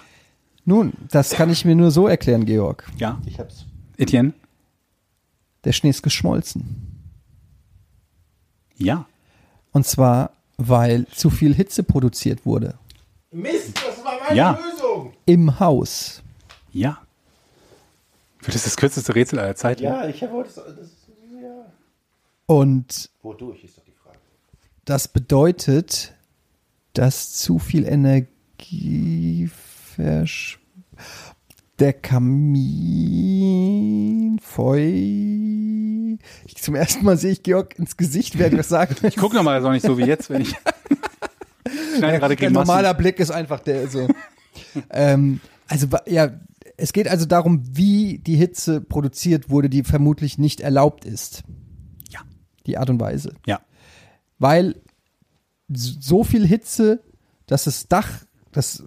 F: Nun, das kann ich mir nur so erklären, Georg.
D: Ja,
A: Ich hab's.
D: Etienne?
F: Der Schnee ist geschmolzen.
D: Ja.
F: Und zwar, weil zu viel Hitze produziert wurde.
K: Mist, das war meine
D: Ja.
K: Lösung.
F: Im Haus.
D: Ja. Das ist das kürzeste Rätsel aller Zeiten.
A: Ja, ich wollte es. Das, ja.
F: Und
A: Wodurch ist doch die Frage.
F: das bedeutet, dass zu viel Energie versch... Der Kamin... Feu... Ich, zum ersten Mal sehe ich Georg ins Gesicht, während er sagt.
D: Ich guck nochmal, das ist auch nicht so wie jetzt, wenn ich. Ich Schneide gerade
F: Der
D: Grimassen.
F: normaler Blick ist einfach der so. ähm, also wa- ja, es geht also darum, wie die Hitze produziert wurde, die vermutlich nicht erlaubt ist.
D: Ja.
F: Die Art und Weise.
D: Ja.
F: Weil s- so viel Hitze, dass das Dach, dass äh,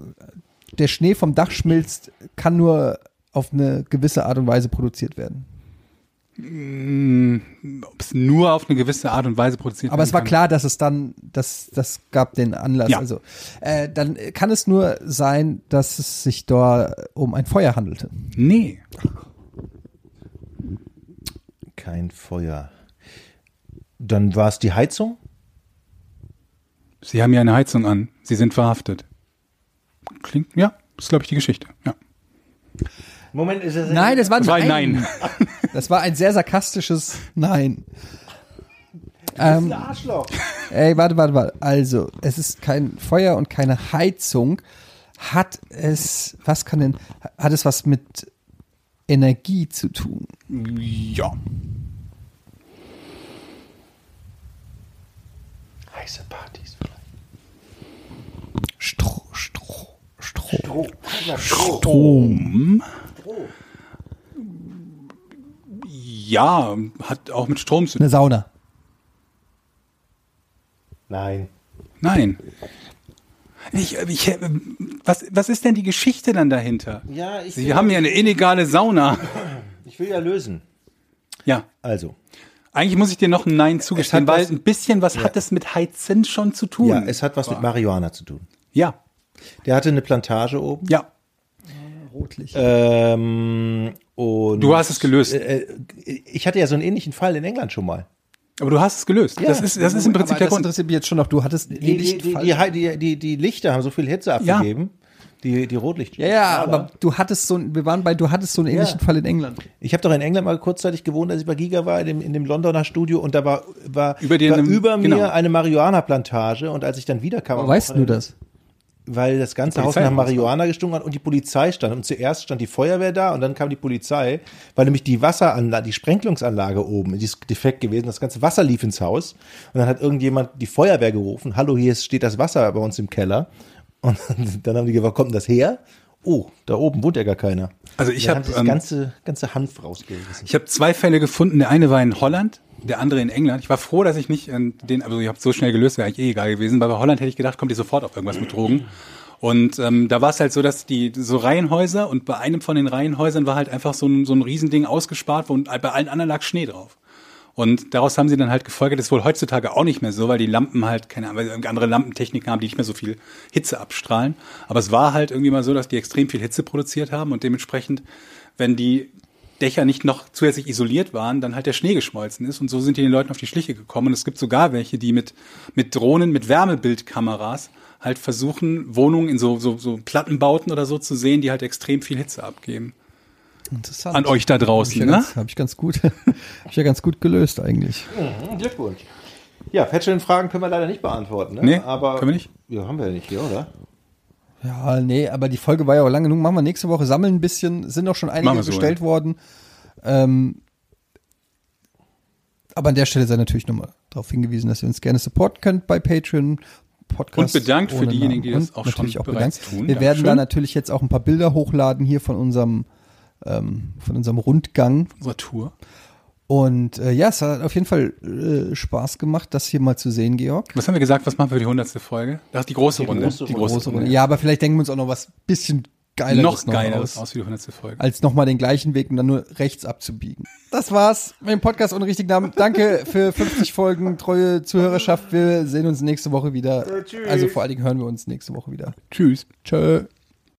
F: der Schnee vom Dach schmilzt, kann nur auf eine gewisse Art und Weise produziert werden.
D: Ob es nur auf eine gewisse Art und Weise produziert
F: Aber
D: werden
F: es war
D: kann.
F: klar, dass es dann, das, das gab den Anlass.
D: Ja.
F: Also, äh, dann kann es nur sein, dass es sich dort um ein Feuer handelte.
D: Nee.
A: Kein Feuer. Dann war es die Heizung?
D: Sie haben ja eine Heizung an. Sie sind verhaftet. Klingt, ja, ist, glaube ich, die Geschichte. Ja.
A: Moment, ist es.
F: Nein, das war
D: Das war ein Nein.
F: Das war ein sehr sarkastisches Nein. Ähm,
A: Arschloch.
F: ey, warte, warte, warte. Also, es ist kein Feuer und keine Heizung. Hat es, was kann denn, hat es was mit Energie zu tun?
D: Ja.
A: Heiße Partys vielleicht.
F: Stroh, Stroh, Stroh.
A: Oh, Stroh.
D: Strom. Ja, hat auch mit Strom zu tun.
F: Eine Sauna.
A: Nein.
D: Nein. Ich, äh, ich, was, was ist denn die Geschichte dann dahinter?
A: Ja, ich
D: Sie haben ja eine illegale Sauna.
A: Ich will ja lösen.
D: Ja.
A: Also,
D: Eigentlich muss ich dir noch ein Nein zugestehen,
A: Es hat
D: weil
A: was-
D: ein bisschen was hat es mit Heizen schon zu tun.
A: ja, es hat was mit Marihuana zu tun.
D: ja,
A: Der hatte eine Plantage oben.
D: ja.
F: Rotlicht.
A: Ähm, und
D: Du hast es gelöst.
A: Äh, ich hatte ja so einen ähnlichen Fall in England schon mal.
D: Aber du hast es gelöst. Das, ist, das ist im Prinzip
F: Aber
D: der
F: das
D: Grund.
F: interessiert mich jetzt schon noch. Du hattest einen
A: Die, die,
F: ähnlichen
A: die,
F: Fall.
A: die, die, die, die Lichter haben so viel Hitze abgegeben. Die, die Rotlicht.
F: Ja, ja, aber du hattest so, ein- wir waren bei, du hattest so einen ähnlichen Fall in England.
A: Ich habe doch in England mal kurzzeitig gewohnt, als ich bei Giga war, in dem, in dem Londoner Studio und da war, war,
D: Über den-
A: war über mir
D: genau.
A: eine Marihuana-Plantage und als ich dann wiederkam, am
F: weißt du
A: Wochenende-
F: das?
A: weil das ganze Haus
D: Polizei
A: nach
D: raus war.
A: Marihuana gestunken hat und die Polizei stand. Und zuerst stand die Feuerwehr da und dann kam die Polizei, weil nämlich die Wasseranlage, die Sprenglungsanlage oben, die ist defekt gewesen, das ganze Wasser lief ins Haus und dann hat irgendjemand die Feuerwehr gerufen, hallo, hier steht das Wasser bei uns im Keller. Und dann haben die gefragt, kommt denn das her? Oh, da oben wohnt ja gar keiner.
D: Also ich
A: Dann
D: hab,
A: haben sie das
D: ähm,
A: ganze, ganze Hanf rausgerissen.
D: Ich habe zwei Fälle gefunden. Der eine war in Holland, der andere in England. Ich war froh, dass ich nicht in den, also ich habe so schnell gelöst, wäre eigentlich eh egal gewesen, weil bei Holland hätte ich gedacht, kommt ihr sofort auf irgendwas mit Drogen. Und ähm, da war es halt so, dass die so Reihenhäuser und bei einem von den Reihenhäusern war halt einfach so ein, so ein Riesending ausgespart und bei allen anderen lag Schnee drauf. Und daraus haben sie dann halt gefolgert, das ist wohl heutzutage auch nicht mehr so, weil die Lampen halt, keine Ahnung, weil sie andere Lampentechniken haben, die nicht mehr so viel Hitze abstrahlen. Aber es war halt irgendwie mal so, dass die extrem viel Hitze produziert haben und dementsprechend, wenn die Dächer nicht noch zusätzlich isoliert waren, dann halt der Schnee geschmolzen ist und so sind die den Leuten auf die Schliche gekommen. Und es gibt sogar welche, die mit, mit Drohnen, mit Wärmebildkameras halt versuchen, Wohnungen in so, so, so Plattenbauten oder so zu sehen, die halt extrem viel Hitze abgeben.
F: Interessant.
D: An euch da
F: Habe ich, ja
D: draußen, ne?
F: ganz- hab ich ganz gut, hab ich ja ganz gut gelöst eigentlich.
A: Glückwunsch. Ja, Fetchel-Fragen können wir leider nicht beantworten. Ne?
D: Nee,
A: aber
D: können wir nicht.
A: Ja, haben wir ja nicht hier, oder?
F: Ja, nee, aber die Folge war ja auch lang genug. Machen wir nächste Woche, sammeln ein bisschen, sind auch schon
D: Machen
F: einige
D: wir so,
F: gestellt worden. Ähm, aber an der Stelle sei natürlich nochmal darauf hingewiesen, dass ihr uns gerne supporten könnt bei Patreon. Podcast.
D: Und bedankt für
F: ohne Namen.
D: diejenigen, die das
F: Und
D: auch
F: natürlich
D: schon
F: auch
D: bereits
F: bedankt.
D: tun.
F: Wir werden
D: Dankeschön.
F: da natürlich jetzt auch ein paar Bilder hochladen hier von unserem, ähm, von unserem Rundgang.
D: Unserer Tour.
F: Und äh, ja, es hat auf jeden Fall äh, Spaß gemacht, das hier mal zu sehen, Georg.
D: Was haben wir gesagt, was machen wir für die hundertste Folge? Ach, die große
F: Die
D: Runde.
F: große Runde. Ja, aber vielleicht denken wir uns auch noch was bisschen geileres
D: Noch
F: noch
D: geileres
F: aus.
D: aus wie die 100. Folge.
F: Als nochmal den gleichen Weg und dann nur rechts abzubiegen. Das war's mit dem Podcast ohne richtigen Namen. Danke für 50 Folgen, treue Zuhörerschaft. Wir sehen uns nächste Woche wieder. Also vor allen Dingen hören wir uns nächste Woche wieder.
D: Tschüss.
F: Tschö.